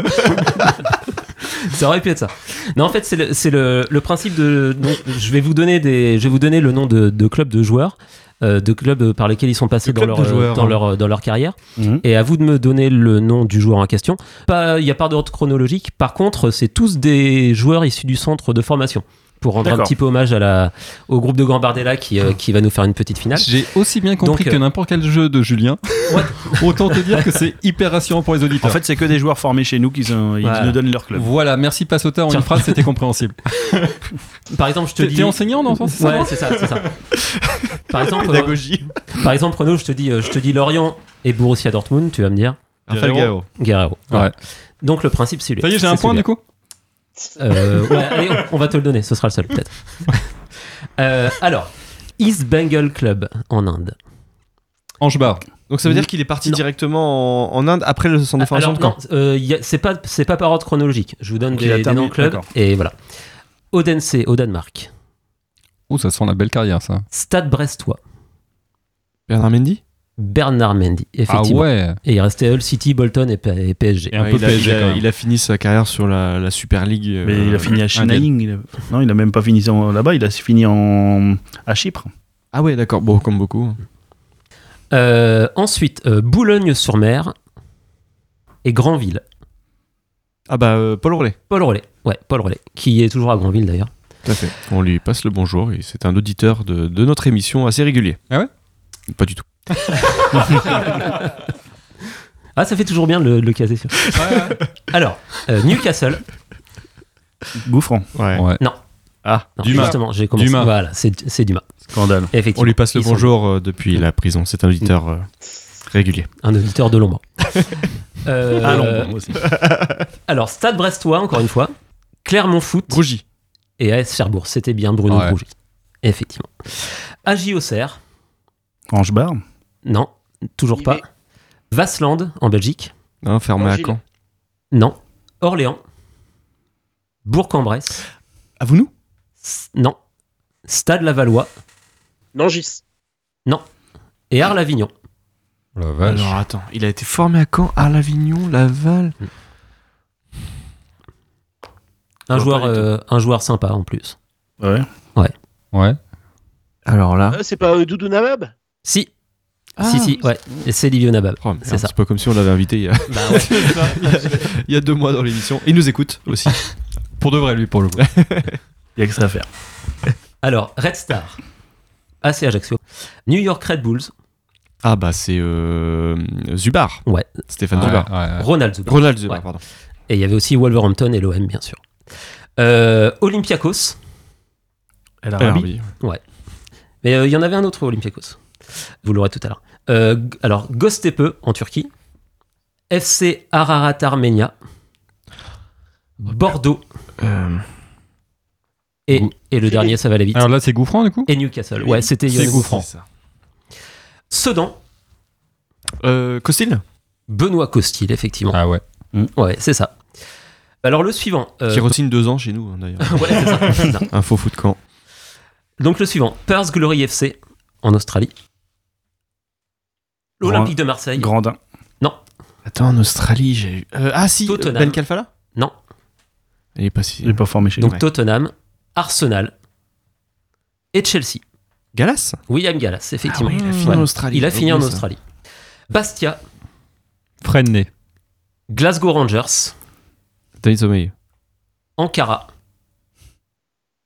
Speaker 6: ça aurait pu être ça. Non, en fait, c'est le, c'est le, le principe de. donc, je vais vous donner des, je vais vous donner le nom de, de clubs de joueurs, euh, de clubs par lesquels ils sont passés
Speaker 7: De
Speaker 6: dans
Speaker 7: clubs
Speaker 6: leur, euh,
Speaker 7: de joueurs,
Speaker 6: dans
Speaker 7: hein.
Speaker 6: leur, dans leur carrière.
Speaker 7: Mhm.
Speaker 6: Et à vous de me donner le nom du joueur en question. Pas, il n'y a pas d'ordre chronologique. Par contre, c'est tous des joueurs issus du centre de formation. Pour rendre un
Speaker 7: D'accord.
Speaker 6: petit peu hommage à la, au groupe de Gambardella qui, euh, qui va nous faire une petite finale.
Speaker 7: J'ai aussi bien compris
Speaker 6: Donc, euh,
Speaker 7: que n'importe quel jeu de Julien. *laughs* Autant te dire que c'est hyper rassurant pour les
Speaker 5: En
Speaker 7: auditeurs.
Speaker 5: fait, c'est que des joueurs formés chez nous qui, sont- ils
Speaker 6: Voilà.
Speaker 5: nous donnent leur club.
Speaker 7: voilà, merci Passota en
Speaker 6: Tiens.
Speaker 7: une phrase, c'était compréhensible.
Speaker 6: Par exemple, je te
Speaker 7: T'es
Speaker 6: dis.
Speaker 7: t'es enseignant dans le sens, c'est ça
Speaker 6: Ouais, c'est ça, c'est ça. Par exemple, euh,
Speaker 3: Pédagogie.
Speaker 6: par exemple, Renaud, je te dis, euh, je te dis Lorient et Borussia Dortmund, tu vas me dire.
Speaker 3: Raphaël Gao.
Speaker 6: Guerrero.
Speaker 7: Ouais.
Speaker 6: Donc le principe, c'est lui.
Speaker 7: Ça y est, j'ai un point du coup
Speaker 6: allez, on- on va te le donner, ce sera le seul
Speaker 7: *laughs*
Speaker 6: peut-être. Euh, alors, East Bengal Club en Inde.
Speaker 7: Ange Bar.
Speaker 3: Donc, ça veut dire qu'il est parti
Speaker 6: Non.
Speaker 3: directement en, en Inde après le centre de formation
Speaker 6: Alors
Speaker 3: de Caen.
Speaker 6: non, euh, y a- c'est pas c'est pas par ordre chronologique. Je vous donne
Speaker 7: Donc,
Speaker 6: des,
Speaker 7: il a
Speaker 6: des
Speaker 7: terminé,
Speaker 6: noms de clubs
Speaker 7: d'accord.
Speaker 6: et voilà. Odense au Danemark.
Speaker 7: Ouh, ça sent la belle carrière ça.
Speaker 6: Stade Brestois.
Speaker 3: Bernard Mendy
Speaker 6: Bernard Mendy.
Speaker 7: Ah
Speaker 6: Effectivement.
Speaker 7: ouais
Speaker 6: Et il restait Hull City, Bolton et, P- et PSG.
Speaker 7: Et un
Speaker 3: Ouais,
Speaker 7: peu
Speaker 3: il, a,
Speaker 7: PSG
Speaker 3: il a-
Speaker 7: quand même.
Speaker 3: il a fini sa carrière sur la, la Super League. euh,
Speaker 5: Mais il a fini à
Speaker 3: indienne.
Speaker 5: Chennai. il a- Non, il a même pas fini en- là-bas. Il a fini en à Chypre.
Speaker 3: Ah ouais, d'accord. Bon, comme beaucoup.
Speaker 6: Euh, ensuite, euh, Boulogne-sur-Mer et Granville.
Speaker 3: Ah bah, euh, Paul Rollet.
Speaker 6: Paul Rollet, ouais, Paul Rollet, qui est toujours à Granville d'ailleurs.
Speaker 3: Tout à fait. On lui passe le bonjour et c'est un auditeur de, de notre émission assez régulier.
Speaker 7: Ah ouais
Speaker 3: Pas du tout.
Speaker 6: Ah, ça fait toujours bien de le, de le caser. Sur... Alors, euh, Newcastle.
Speaker 5: Gouffran.
Speaker 3: Ouais.
Speaker 7: Ouais.
Speaker 3: Ah,
Speaker 6: Non,
Speaker 3: Dumas.
Speaker 6: Justement, j'ai commencé.
Speaker 7: Dumas.
Speaker 6: Voilà, c'est c'est Dumas.
Speaker 5: Scandale.
Speaker 6: Effectivement.
Speaker 3: On lui passe le
Speaker 6: Ils sont
Speaker 3: bonjour euh, depuis la prison. C'est un auditeur euh, régulier.
Speaker 6: Un auditeur de l'ombre. Euh,
Speaker 5: Ah non, bon, aussi.
Speaker 6: *laughs* alors, Stade Brestois, encore une fois. Clermont Foot
Speaker 3: Grougy.
Speaker 6: et AS Cherbourg. C'était bien Bruno
Speaker 7: Ouais.
Speaker 6: Rougy. Effectivement. AJ Auxerre.
Speaker 5: Ange Bar.
Speaker 6: Non, toujours
Speaker 4: Il
Speaker 6: pas.
Speaker 4: est-
Speaker 6: Vasland en Belgique.
Speaker 3: Hein, fermé à
Speaker 4: Gilles.
Speaker 3: Caen.
Speaker 6: Non. Orléans. Bourg-en-Bresse.
Speaker 5: À vous nous
Speaker 6: S- Non. Stade Lavallois
Speaker 4: Nangis.
Speaker 6: et Arles-Avignon.
Speaker 7: Oh La vache.
Speaker 3: Alors attends, il a été formé à Caen, à l'Avignon, Laval.
Speaker 6: Un
Speaker 5: Je vois
Speaker 6: joueur,
Speaker 5: pas du
Speaker 6: euh, un joueur sympa en plus.
Speaker 5: Ouais.
Speaker 7: Ouais.
Speaker 3: Alors là,
Speaker 4: Ah, c'est pas euh, Doudou Nabab
Speaker 6: Si.
Speaker 3: Ah.
Speaker 6: Euh, Si, si, ouais. Et C'est Livio Nabab.
Speaker 3: Oh, merde,
Speaker 6: C'est ça.
Speaker 3: C'est pas comme si on l'avait invité il y, a... *laughs* il y a deux mois dans l'émission. Il nous écoute aussi.
Speaker 7: Pour de vrai lui pour le coup.
Speaker 5: Il y a que ça à faire.
Speaker 6: Alors, Red Star. AC Ajaccio. New York Red Bulls.
Speaker 3: Ah bah c'est euh, Zubar.
Speaker 6: Ouais.
Speaker 3: Stéphane
Speaker 7: Ouais,
Speaker 3: Zubar.
Speaker 7: ouais, ouais.
Speaker 6: Ronald Zuber.
Speaker 3: Ronald Zubar,
Speaker 6: Ouais.
Speaker 3: pardon.
Speaker 6: Et il y avait aussi Wolverhampton et l'OM, bien sûr. Euh, Olympiakos.
Speaker 5: Elle a
Speaker 3: Alors,
Speaker 5: rabi.
Speaker 3: Ah oui.
Speaker 6: Mais euh, il y en avait un autre, Olympiakos. Vous l'aurez tout à l'heure. Euh, g- alors, Göztepe en Turquie. FC Ararat Armenia.
Speaker 5: Bah,
Speaker 6: Bordeaux.
Speaker 3: Euh,
Speaker 6: Et,
Speaker 7: Gou-
Speaker 6: et le dernier, ça va aller vite.
Speaker 3: Ah.
Speaker 7: Alors là c'est Gouffran du coup
Speaker 6: et Newcastle. Ouais, c'était
Speaker 7: C'est
Speaker 6: Yoann
Speaker 7: Gouffran.
Speaker 6: Gourfran. Sedan.
Speaker 3: Euh, Costil
Speaker 6: Benoît Costil, effectivement.
Speaker 7: Ah ouais.
Speaker 6: Ouais, c'est ça. Alors, le suivant. euh,
Speaker 3: Qui routine deux ans chez nous hein, *laughs* d'ailleurs.
Speaker 6: ouais, c'est ça, c'est ça.
Speaker 3: Un faux foot camp.
Speaker 6: Donc, le suivant. Perth Glory FC en Australie. L'Olympique de Marseille.
Speaker 5: Grandin.
Speaker 3: Attends, en Australie, j'ai eu. Euh, ah si,
Speaker 6: Tottenham.
Speaker 3: Ben Kalfala
Speaker 6: Non.
Speaker 3: Il est pas si.
Speaker 5: Il est pas formé chez nous.
Speaker 6: Donc, Tottenham, Arsenal et Chelsea.
Speaker 3: Galas
Speaker 6: William Gallas, effectivement.
Speaker 3: Ah ouais, il a fini
Speaker 6: Ouais.
Speaker 3: en Australie.
Speaker 6: Il a
Speaker 3: J'ai
Speaker 6: fini en
Speaker 3: oublié ça.
Speaker 6: Australie. Bastia,
Speaker 7: Freiné.
Speaker 6: Glasgow Rangers,
Speaker 3: Denis Sommeil.
Speaker 6: Ankara,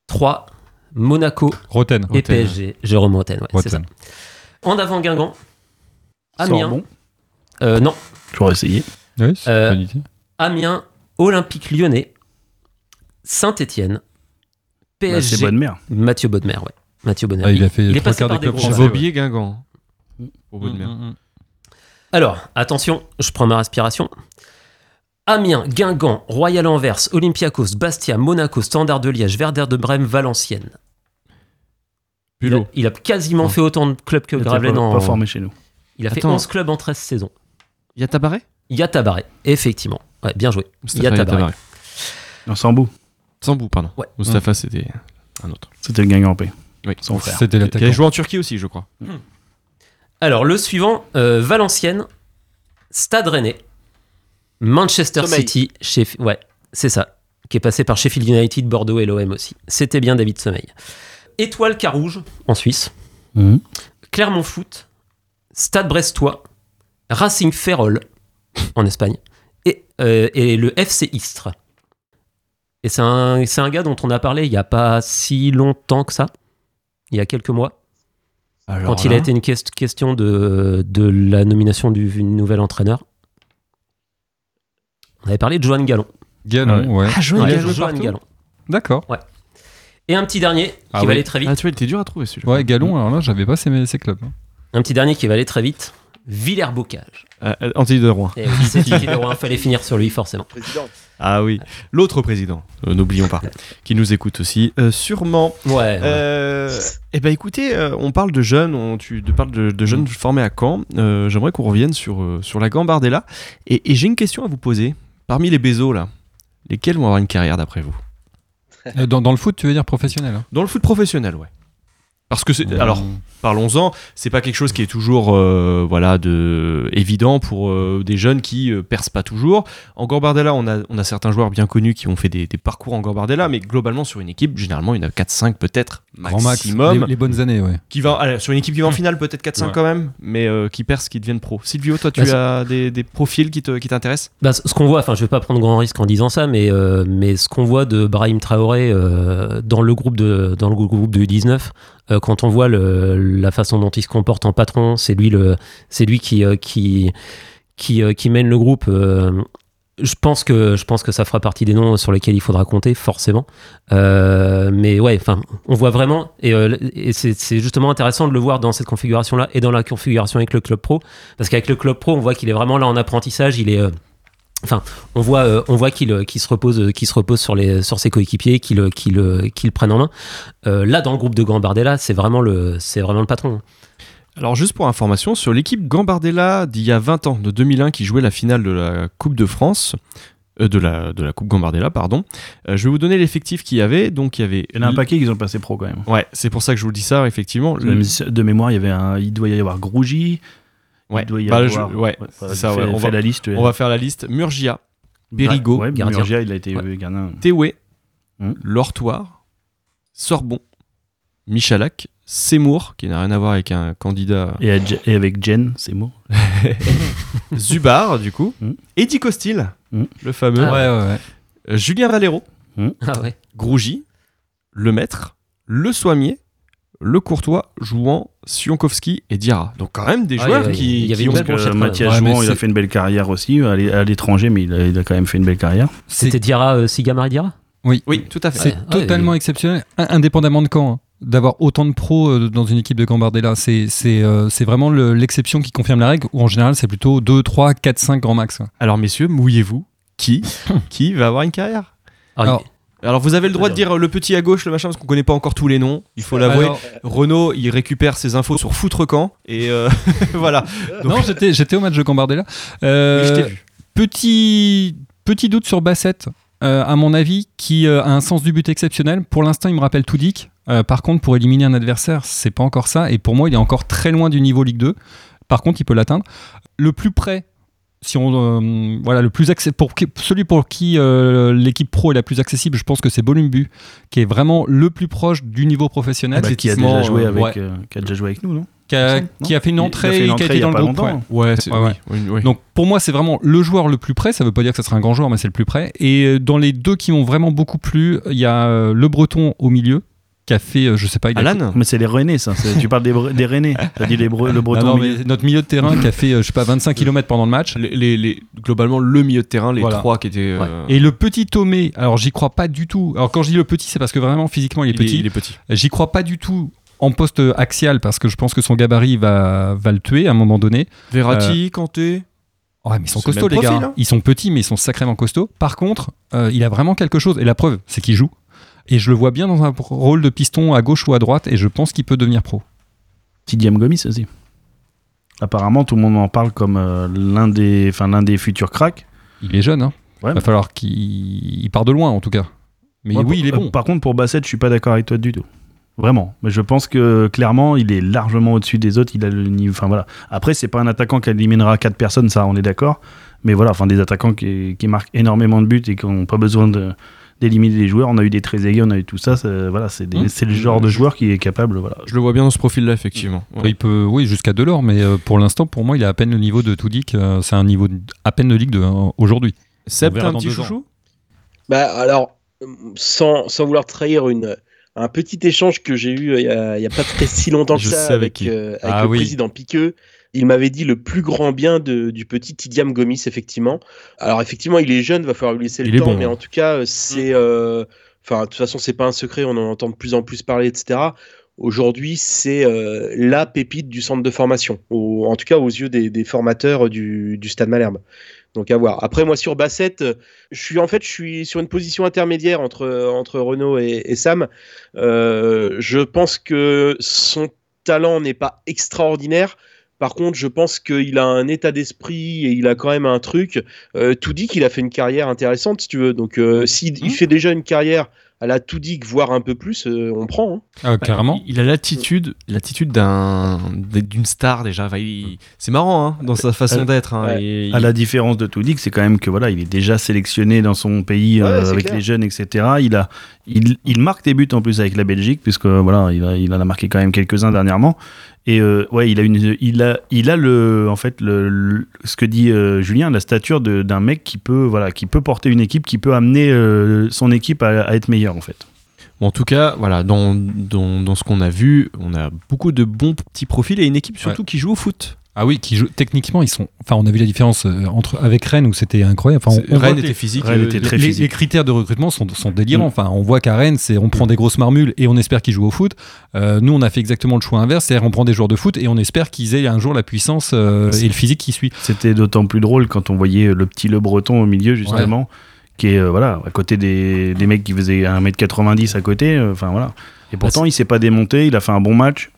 Speaker 6: 3, Monaco
Speaker 7: Roten.
Speaker 6: et PSG. Jérôme Roten, ouais, c'est ça. Euh,
Speaker 7: Roten.
Speaker 6: En avant Guingamp, Amiens.
Speaker 5: Sorbonne.
Speaker 6: Euh, non,
Speaker 5: Toujours essayé.
Speaker 7: Oui, c'est
Speaker 6: Euh,
Speaker 7: une bonne idée.
Speaker 6: Amiens, Olympique Lyonnais, Saint-Étienne,
Speaker 5: Bah, C'est
Speaker 6: PSG,
Speaker 5: bonne mère.
Speaker 6: Mathieu Bodmer, ouais. Mathieu Bodmer.
Speaker 7: Ah, il a fait
Speaker 6: est
Speaker 7: trois
Speaker 6: passé
Speaker 7: quarts
Speaker 6: par
Speaker 7: des
Speaker 6: des
Speaker 7: clubs
Speaker 6: gros
Speaker 7: chez
Speaker 6: clubs.
Speaker 7: eux.
Speaker 3: Aubier Guingamp.
Speaker 7: Au
Speaker 6: Mm,
Speaker 7: bout de mer.
Speaker 6: Alors, attention, je prends ma respiration. Amiens, Guingamp, Royal Anvers, Olympiakos, Bastia, Monaco, Standard de Liège, Werder de Brême, Valenciennes.
Speaker 7: Bulot.
Speaker 6: Il a quasiment
Speaker 7: Non.
Speaker 6: fait autant de clubs que
Speaker 5: Il était
Speaker 6: Gravelines
Speaker 5: pas-
Speaker 6: en.
Speaker 5: pas formé chez nous.
Speaker 6: Il a fait
Speaker 5: Attends.
Speaker 6: 11 clubs en 13 saisons.
Speaker 12: Il y a Tabaret
Speaker 6: Il y a Tabaret, effectivement. Ouais, bien joué. Il y a
Speaker 3: Mustapha
Speaker 6: Tabaret.
Speaker 5: Non, Sambou.
Speaker 3: Sambou, pardon.
Speaker 6: Ouais.
Speaker 3: Mustapha, c'était un autre.
Speaker 5: C'était le gagnant en paix.
Speaker 3: Oui.
Speaker 5: Son frère.
Speaker 7: C'était
Speaker 3: Qui a
Speaker 7: l'attaquant.
Speaker 3: joué en Turquie aussi, je crois.
Speaker 6: Alors, le suivant euh, Valenciennes, Stade Rennais, Manchester
Speaker 4: Sommeil.
Speaker 6: City, Sheff- ouais, c'est ça, qui est passé par Sheffield United, Bordeaux et l'OM aussi. C'était bien David Sommeil. Étoile Carouge, en Suisse,
Speaker 5: Mhm.
Speaker 6: Clermont Foot, Stade Brestois, Racing Ferrol, en Espagne, et, euh, et le FC Istres. Et c'est un, c'est un gars dont on a parlé il n'y a pas si longtemps que ça, il y a quelques mois quand il a été une quest- question de, de la nomination du nouvel entraîneur. On avait parlé de Johan Gallon.
Speaker 7: Ganon, ouais.
Speaker 3: Ah, Johan
Speaker 7: Il a
Speaker 3: Gallon.
Speaker 7: joué
Speaker 6: Johan
Speaker 7: partout
Speaker 6: Gallon.
Speaker 7: D'accord.
Speaker 6: Et un petit dernier qui
Speaker 3: Ah
Speaker 6: va
Speaker 3: oui.
Speaker 6: aller très vite.
Speaker 3: Ah, tu vois, il était dur à trouver celui-là.
Speaker 7: Ouais, Galon, alors là, j'avais pas ces, ces clubs. hein.
Speaker 6: Un petit dernier qui va aller très vite. Villers-Bocage.
Speaker 3: Euh, euh, Anthony de Rouen.
Speaker 6: Et oui, c'est Titi Leroy, fallait finir sur lui forcément.
Speaker 4: Président.
Speaker 3: Ah oui. L'autre président, euh, n'oublions *laughs* pas, qui nous écoute aussi, euh, sûrement.
Speaker 6: Ouais. ouais.
Speaker 3: et ben écoutez, euh, on parle de jeunes, on, tu de- parles de, de jeunes formés à Caen. Euh, J'aimerais qu'on revienne sur, euh, sur la Gambardella. Et, et j'ai une question à vous poser. Parmi les Bezos, là, lesquels vont avoir une carrière d'après vous
Speaker 7: Euh, Dans, dans le foot, tu veux dire professionnel hein Euh,
Speaker 3: Dans le foot professionnel, ouais. Mmh. Parce que c'est. Alors, parlons-en, c'est pas quelque chose qui est toujours euh, voilà de évident pour euh, des jeunes qui euh, percent pas toujours. En Gambardella, on a, on a certains joueurs bien connus qui ont fait des, des parcours en Gambardella, mais globalement sur une équipe, généralement il y en a 4-5 peut-être
Speaker 7: Grand max,
Speaker 3: maximum.
Speaker 7: les, les bonnes années, ouais.
Speaker 3: Qui va, allez, sur une équipe qui va en finale, peut-être 4-5
Speaker 7: Ouais.
Speaker 3: quand même, mais euh, qui percent, qui deviennent pro. Silvio, toi, tu
Speaker 6: Bah, c'est-
Speaker 3: as des, des profils qui te- qui t'intéressent
Speaker 6: Bah, ce ce qu'on voit, enfin je vais pas prendre grand risque en disant ça, mais, euh, mais ce qu'on voit de Brahim Traoré euh, dans le groupe de dans le grou- groupe de U19, euh, quand on voit le- la façon dont il se comporte en patron, c'est lui le c'est lui qui euh, qui qui, euh, qui mène le groupe. euh, je pense que je pense que ça fera partie des noms sur lesquels il faudra compter forcément. Euh, mais ouais, enfin, on voit vraiment et, euh, et c'est c'est justement intéressant de le voir dans cette configuration là et dans la configuration avec le club pro parce qu'avec le club pro, on voit qu'il est vraiment là en apprentissage, il est euh, Enfin, on voit, euh, on voit qu'il euh, qu'il se repose, euh, qu'il se repose sur les, sur ses coéquipiers, qu'il euh, qu'il euh, qu'il prenne en main. Euh, là, dans le groupe de Gambardella, c'est vraiment le, c'est vraiment le patron.
Speaker 3: Alors juste pour information, sur l'équipe Gambardella d'il y a 20 ans, de 2001, qui jouait la finale de la Coupe de France, euh, de, la, de la Coupe Gambardella, pardon, euh, je vais vous donner l'effectif qu'il y avait. Donc il y avait...
Speaker 5: Il y en a un paquet qu'ils ont passé pro quand même.
Speaker 3: Ouais, c'est pour ça que je vous dis ça, effectivement.
Speaker 5: De mé- De mémoire, il y avait un, il doit y avoir Grougy.
Speaker 3: Ouais,
Speaker 5: Il doit y
Speaker 3: bah,
Speaker 5: avoir.
Speaker 3: je- ouais, c'est ça,
Speaker 5: fais-
Speaker 3: ouais, on
Speaker 5: fais
Speaker 3: va-
Speaker 5: la liste.
Speaker 3: on va faire la liste. Murgia, Berigo,
Speaker 5: Bah, Ouais,
Speaker 6: gardien.
Speaker 5: Murgia, il a été euh,
Speaker 6: Ouais.
Speaker 5: gardien.
Speaker 3: Téoué,
Speaker 5: Hmm.
Speaker 3: Lortoire, Sorbon, Michalak, Seymour, qui n'a rien à voir avec un candidat...
Speaker 5: *laughs* Et, à Je- et avec Jen, c'est mot.
Speaker 3: Zubar, du coup.
Speaker 5: Hmm.
Speaker 3: Eddie Costil,
Speaker 5: Hmm.
Speaker 3: le fameux.
Speaker 6: Ah,
Speaker 7: ouais, ouais, ouais.
Speaker 3: Euh, Julien Valero.
Speaker 6: Ah ouais.
Speaker 3: Grougy, Le Maître, Le Soimier, Le Courtois, Jouan, Sionkovski et Diarra. Donc quand même des
Speaker 6: Ah,
Speaker 3: joueurs
Speaker 6: il y a-
Speaker 3: qui,
Speaker 6: il y avait
Speaker 3: qui
Speaker 6: une
Speaker 3: ont
Speaker 6: belle
Speaker 3: ce-
Speaker 6: branche
Speaker 5: Euh,
Speaker 6: à
Speaker 5: Mathias
Speaker 7: Ouais, mais
Speaker 5: Jouan, il a
Speaker 7: c'est-
Speaker 5: fait une belle carrière aussi euh, à l'é- à l'étranger, mais il a, il a quand même fait une belle carrière.
Speaker 7: C'est-
Speaker 6: C'était Diarra, euh, Sigamari Diarra.
Speaker 3: Oui, tout à fait.
Speaker 7: C'est
Speaker 6: Ouais, ouais,
Speaker 7: totalement exceptionnel, in- indépendamment de Caen, hein, d'avoir autant de pros euh, dans une équipe de Gambardella. C'est c'est euh, c'est vraiment le- l'exception qui confirme la règle, où en général, c'est plutôt 2, 3, 4, 5 grand max. quoi.
Speaker 3: Alors messieurs, mouillez-vous.
Speaker 7: *laughs*
Speaker 3: Qui Qui va avoir une carrière
Speaker 6: Ah,
Speaker 7: Alors,
Speaker 3: Alors vous avez le droit de dire euh, le petit à gauche, le machin, parce qu'on connaît pas encore tous les noms. Il faut l'avouer.
Speaker 7: Alors,
Speaker 3: Renault, il récupère ses infos sur Foutrecan. Et euh, *laughs* voilà. Donc-
Speaker 7: *laughs* non, j'étais j'étais au match de Gambardella. Euh,
Speaker 3: Oui, je t'ai vu.
Speaker 7: Petit, petit doute sur Bassett, euh, à mon avis, qui euh, a un sens du but exceptionnel. Pour l'instant, il me rappelle Toudic. Euh, par contre, pour éliminer un adversaire, c'est pas encore ça. Et pour moi, il est encore très loin du niveau Ligue 2. Par contre, il peut l'atteindre. Le plus près, si on, euh, voilà, le plus accé- pour qui- celui pour qui euh, l'équipe pro est la plus accessible, je pense que c'est Bolumbu, qui est vraiment le plus proche du niveau professionnel.
Speaker 5: Bah, qui a
Speaker 3: Athlétiquement,
Speaker 5: déjà joué
Speaker 3: euh,
Speaker 5: avec,
Speaker 7: ouais.
Speaker 5: euh, qui a déjà joué avec nous, non
Speaker 7: qui, a,
Speaker 5: Non.
Speaker 7: qui a fait une
Speaker 5: Il a
Speaker 7: entrée,
Speaker 5: fait une
Speaker 7: et qui
Speaker 5: entrée
Speaker 7: a
Speaker 5: il
Speaker 7: été
Speaker 5: y a
Speaker 7: dans
Speaker 5: pas
Speaker 7: le groupe.
Speaker 5: longtemps,
Speaker 7: ouais. Ouais,
Speaker 3: C'est-
Speaker 7: ouais, ouais.
Speaker 3: oui, oui, oui.
Speaker 7: Donc pour moi, c'est vraiment le joueur le plus près. Ça veut pas dire que ça sera un grand joueur, mais c'est le plus près. Et euh, dans les deux qui m'ont vraiment beaucoup plu, il y a euh, le Breton au milieu qui a fait, euh, je sais pas, il a
Speaker 3: Alan
Speaker 5: Mais c'est les Rennais, ça. c'est- tu parles des, Bre- des Rennais. T'as dit les Bre- le
Speaker 7: Non,
Speaker 5: Breton.
Speaker 7: Ah non,
Speaker 5: mais-
Speaker 7: mais notre milieu de terrain qui a fait, euh, je sais pas, 25 km pendant le match.
Speaker 3: les, les- les- globalement le milieu de terrain, les
Speaker 7: Voilà.
Speaker 3: trois qui étaient.
Speaker 7: Ouais.
Speaker 3: euh,
Speaker 7: Et le petit Tomé, alors j'y crois pas du tout. Alors quand je dis le petit, c'est parce que vraiment physiquement il est
Speaker 3: il est-
Speaker 7: petit.
Speaker 3: il est petit.
Speaker 7: J'y crois pas du tout en poste axial parce que je pense que son gabarit va, va le tuer à un moment donné. Euh,
Speaker 3: Verratti, Kanté.
Speaker 7: Ouais, mais ils sont
Speaker 3: C'est le
Speaker 7: costauds, les
Speaker 3: même
Speaker 7: gars.
Speaker 3: profil, hein.
Speaker 7: Ils sont petits, mais ils sont sacrément costauds. Par contre, euh, il a vraiment quelque chose. Et la preuve, c'est qu'il joue. Et je le vois bien dans un pro- rôle de piston à gauche ou à droite. Et je pense qu'il peut devenir pro.
Speaker 13: Petit Diam Gomis aussi. Apparemment, tout le monde en parle comme euh, l'un des, enfin, l'un des futurs cracks.
Speaker 7: Il est jeune. Hein.
Speaker 13: Ouais.
Speaker 7: va falloir qu'il il part de loin, en tout cas. Mais
Speaker 13: Ouais,
Speaker 7: oui,
Speaker 13: pour-
Speaker 7: il est
Speaker 13: euh,
Speaker 7: bon.
Speaker 13: par-
Speaker 5: Par contre, pour Bassett, je suis pas d'accord avec toi du tout. Vraiment. Mais je pense que clairement, il est largement au-dessus des autres. Il a le niveau. Enfin voilà. Après, c'est pas un attaquant qui éliminera quatre personnes, ça, on est d'accord. Mais voilà, enfin des attaquants qui, qui marquent énormément de buts et qui n'ont pas besoin de- d'éliminer les joueurs. On a eu des Trezeguet, on a eu tout ça. ça- voilà, c'est
Speaker 7: Hein
Speaker 5: des-
Speaker 3: Mmh.
Speaker 5: c'est le
Speaker 7: Euh,
Speaker 5: genre de joueur qui est capable. Voilà.
Speaker 3: Je le vois bien dans ce profil-là, effectivement. Ouais.
Speaker 7: Il peut, oui, jusqu'à Delors, mais euh, pour l'instant, pour moi, il a à peine le niveau de Toudic. euh, C'est un niveau de- à peine de Ligue 2 hein, aujourd'hui.
Speaker 3: Seb,
Speaker 7: On verra
Speaker 3: t'as un
Speaker 7: dans
Speaker 3: petit
Speaker 7: deux
Speaker 3: chouchou
Speaker 4: Bah alors, euh, sans, sans vouloir trahir une, un petit échange que j'ai eu euh, il y a, il y a pas très si longtemps que
Speaker 3: Je
Speaker 4: ça
Speaker 3: sais avec
Speaker 4: avec,
Speaker 3: qui.
Speaker 4: euh, avec
Speaker 7: Ah
Speaker 4: le
Speaker 7: oui.
Speaker 4: président Piqueux, il m'avait dit le plus grand bien de- du petit Tidiam Gomis, effectivement. Alors effectivement, il est jeune, va falloir lui laisser le
Speaker 3: Il est
Speaker 4: temps,
Speaker 3: bon,
Speaker 4: mais
Speaker 3: hein.
Speaker 4: en tout cas, euh, c'est... euh, Enfin, de toute façon, c'est pas un secret, on en entend de plus en plus parler, etc. Aujourd'hui, c'est euh, la pépite du centre de formation, au- en tout cas aux yeux des, des formateurs euh, du, du Stade Malherbe. Donc à voir. Après, moi, sur Bassett, euh, je suis en fait, je suis sur une position intermédiaire entre, entre Renault et, et Sam. Euh, je pense que son talent n'est pas extraordinaire. Par contre, je pense qu'il a un état d'esprit et il a quand même un truc. Euh, tout dit qu'il a fait une carrière intéressante, si tu veux. Donc, euh, s'il il fait déjà une carrière à la tout dit, voire un peu plus, euh, on prend. hein.
Speaker 7: Ah, carrément.
Speaker 3: Bah, Il a l'attitude, l'attitude d'un, d'une star déjà. Enfin, il- c'est marrant hein, dans sa façon
Speaker 5: Euh,
Speaker 3: d'être. hein.
Speaker 4: ouais.
Speaker 3: Et-
Speaker 5: À la différence de Toudic, c'est quand même que voilà, il est déjà sélectionné dans son pays
Speaker 4: Ouais,
Speaker 5: euh,
Speaker 4: c'est
Speaker 5: avec
Speaker 4: clair.
Speaker 5: les jeunes, etc. Il a, il, il marque des buts en plus avec la Belgique, puisque voilà, il, a, il en a marqué quand même quelques-uns dernièrement. Et euh, ouais, il a une, il a, il a le, en fait, le, le- ce que dit euh, Julien, la stature de- d'un mec qui peut, voilà, qui peut porter une équipe, qui peut amener euh, son équipe à, à être meilleure en fait.
Speaker 3: Bon, en tout cas, voilà, dans, dans, dans ce qu'on a vu, on a beaucoup de bons petits profils et une équipe surtout qui joue au foot.
Speaker 7: Ah oui, qui joue- techniquement, ils sont. Enfin, on a vu la différence euh, entre avec Rennes où c'était incroyable. Enfin,
Speaker 3: C'est-
Speaker 7: on, on voit
Speaker 3: Rennes
Speaker 7: que
Speaker 3: était physique.
Speaker 5: Rennes
Speaker 3: euh,
Speaker 5: était
Speaker 7: les-
Speaker 5: très
Speaker 7: les,
Speaker 5: physique.
Speaker 7: les critères de recrutement sont, sont délirants.
Speaker 5: Mm.
Speaker 7: Enfin, on voit qu'à Rennes, c'est on prend des grosses marmules et on espère qu'ils jouent au foot. Euh, nous, on a fait exactement le choix inverse, c'est-à-dire on prend des joueurs de foot et on espère qu'ils aient un jour la puissance
Speaker 5: Ah,
Speaker 7: euh,
Speaker 5: bah,
Speaker 7: et le physique qui suit.
Speaker 5: C'était d'autant plus drôle quand on voyait le petit Le Breton au milieu, justement, qui est euh, voilà, à côté des, des mecs qui faisaient 1m90 à côté. euh, Enfin voilà.
Speaker 7: Bah,
Speaker 5: Et pourtant, il s'est pas démonté, il a fait un bon match.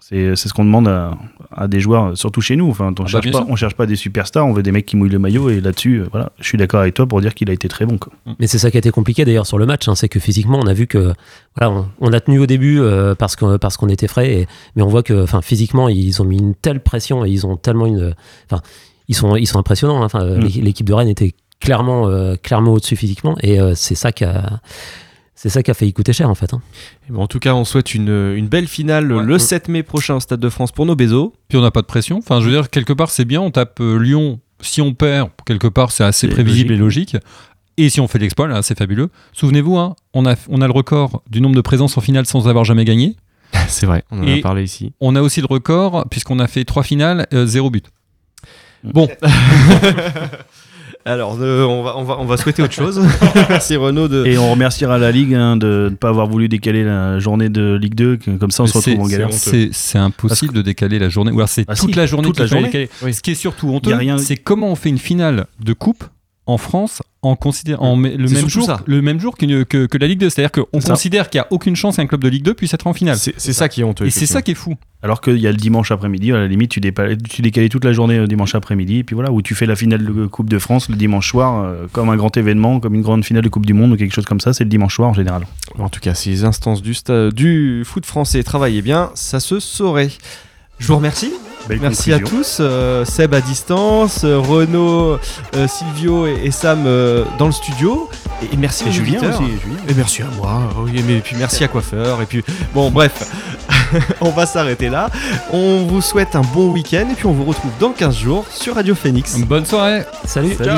Speaker 5: C'est c'est ce qu'on demande à, à des joueurs, surtout chez nous. Enfin, on
Speaker 7: bah,
Speaker 5: cherche
Speaker 7: bien
Speaker 5: pas,
Speaker 7: sûr.
Speaker 5: on cherche pas des superstars, on veut des mecs qui mouillent le maillot. Et là-dessus, euh, voilà, je suis d'accord avec toi pour dire qu'il a été très bon. quoi.
Speaker 6: Mais c'est ça qui a été compliqué d'ailleurs sur le match, hein, c'est que physiquement on a vu que voilà, on, on a tenu au début euh, parce qu'on parce qu'on était frais, et- mais on voit que enfin physiquement ils ont mis une telle pression et ils ont tellement une enfin ils sont ils sont impressionnants. hein. Enfin euh,
Speaker 5: Mm.
Speaker 6: l'é- l'équipe de Rennes était clairement euh, clairement au-dessus physiquement et euh, c'est ça qui a c'est ça qui a failli coûter cher en fait. hein.
Speaker 3: Eh ben, en tout cas, on souhaite une, une belle finale
Speaker 7: Ouais.
Speaker 3: le 7 mai prochain au Stade de France pour nos Bézos.
Speaker 7: Puis on n'a pas de pression. Enfin, je veux dire, quelque part, c'est bien. On tape euh, Lyon. Si on perd, quelque part, c'est assez
Speaker 5: C'est
Speaker 7: prévisible et logique. Et si on fait l'exploit, là, c'est fabuleux. Souvenez-vous, hein, on, a, on a le record du nombre de présences en finale sans avoir jamais gagné.
Speaker 3: *laughs* C'est vrai, on en
Speaker 7: Et-
Speaker 3: a parlé ici.
Speaker 7: On a aussi le record, puisqu'on a fait trois finales, euh, zéro but.
Speaker 3: Bon. *laughs* Alors, euh, on, va, on, va, on va souhaiter autre *laughs* chose. Merci Renaud
Speaker 7: Euh.
Speaker 3: de.
Speaker 5: Et on remerciera la Ligue hein, de ne pas avoir voulu décaler la journée de Ligue 2. que- Comme ça, on se
Speaker 7: C'est-
Speaker 5: retrouve en
Speaker 7: c'est-
Speaker 5: galère.
Speaker 7: C'est c'est impossible de décaler la journée. Ou alors c'est
Speaker 5: Ah
Speaker 7: toute
Speaker 5: si,
Speaker 7: la journée
Speaker 5: toute
Speaker 7: qu'il
Speaker 5: la
Speaker 7: faut
Speaker 5: journée.
Speaker 7: décaler.
Speaker 3: Oui.
Speaker 7: Ce qui est surtout
Speaker 5: Y
Speaker 7: honteux,
Speaker 5: a rien-
Speaker 7: c'est comment on fait une finale de coupe en France en considérant le
Speaker 3: C'est
Speaker 7: même
Speaker 3: surtout
Speaker 7: jour
Speaker 3: ça.
Speaker 7: le même jour qu'une- que, que la Ligue 2 c'est-à-dire qu'on
Speaker 5: ça.
Speaker 7: considère qu'il n'y a aucune chance qu'un club de Ligue 2 puisse être en finale
Speaker 3: C'est c'est ça qui est honteux.
Speaker 7: et c'est ça qui est fou
Speaker 5: Alors qu'il y a le dimanche après-midi, à la limite, tu, dépa- tu décales toute la journée euh, dimanche après-midi, et puis voilà, où tu fais la finale de Coupe de France le dimanche soir, euh, comme un grand événement, comme une grande finale de Coupe du Monde ou quelque chose comme ça, c'est le dimanche soir en général.
Speaker 3: En tout cas, si les instances du, sta- du foot français travaillaient bien, ça se saurait. Je vous remercie.
Speaker 5: Belle
Speaker 3: Merci à
Speaker 5: conclusion.
Speaker 3: tous. euh, Seb à distance, euh, Renaud, euh, Silvio et, et Sam euh, dans le studio. Et, et merci
Speaker 5: Et
Speaker 3: aux
Speaker 5: Julien
Speaker 3: auditeurs.
Speaker 5: aussi, Julien.
Speaker 3: Et merci à moi. euh, oui, mais- et puis merci à coiffeur. Et puis bon, bref, *laughs* on va s'arrêter là. On vous souhaite un bon week-end et puis on vous retrouve dans 15 jours sur Radio Phoenix.
Speaker 7: bonne soirée
Speaker 6: Salut.
Speaker 3: Salut.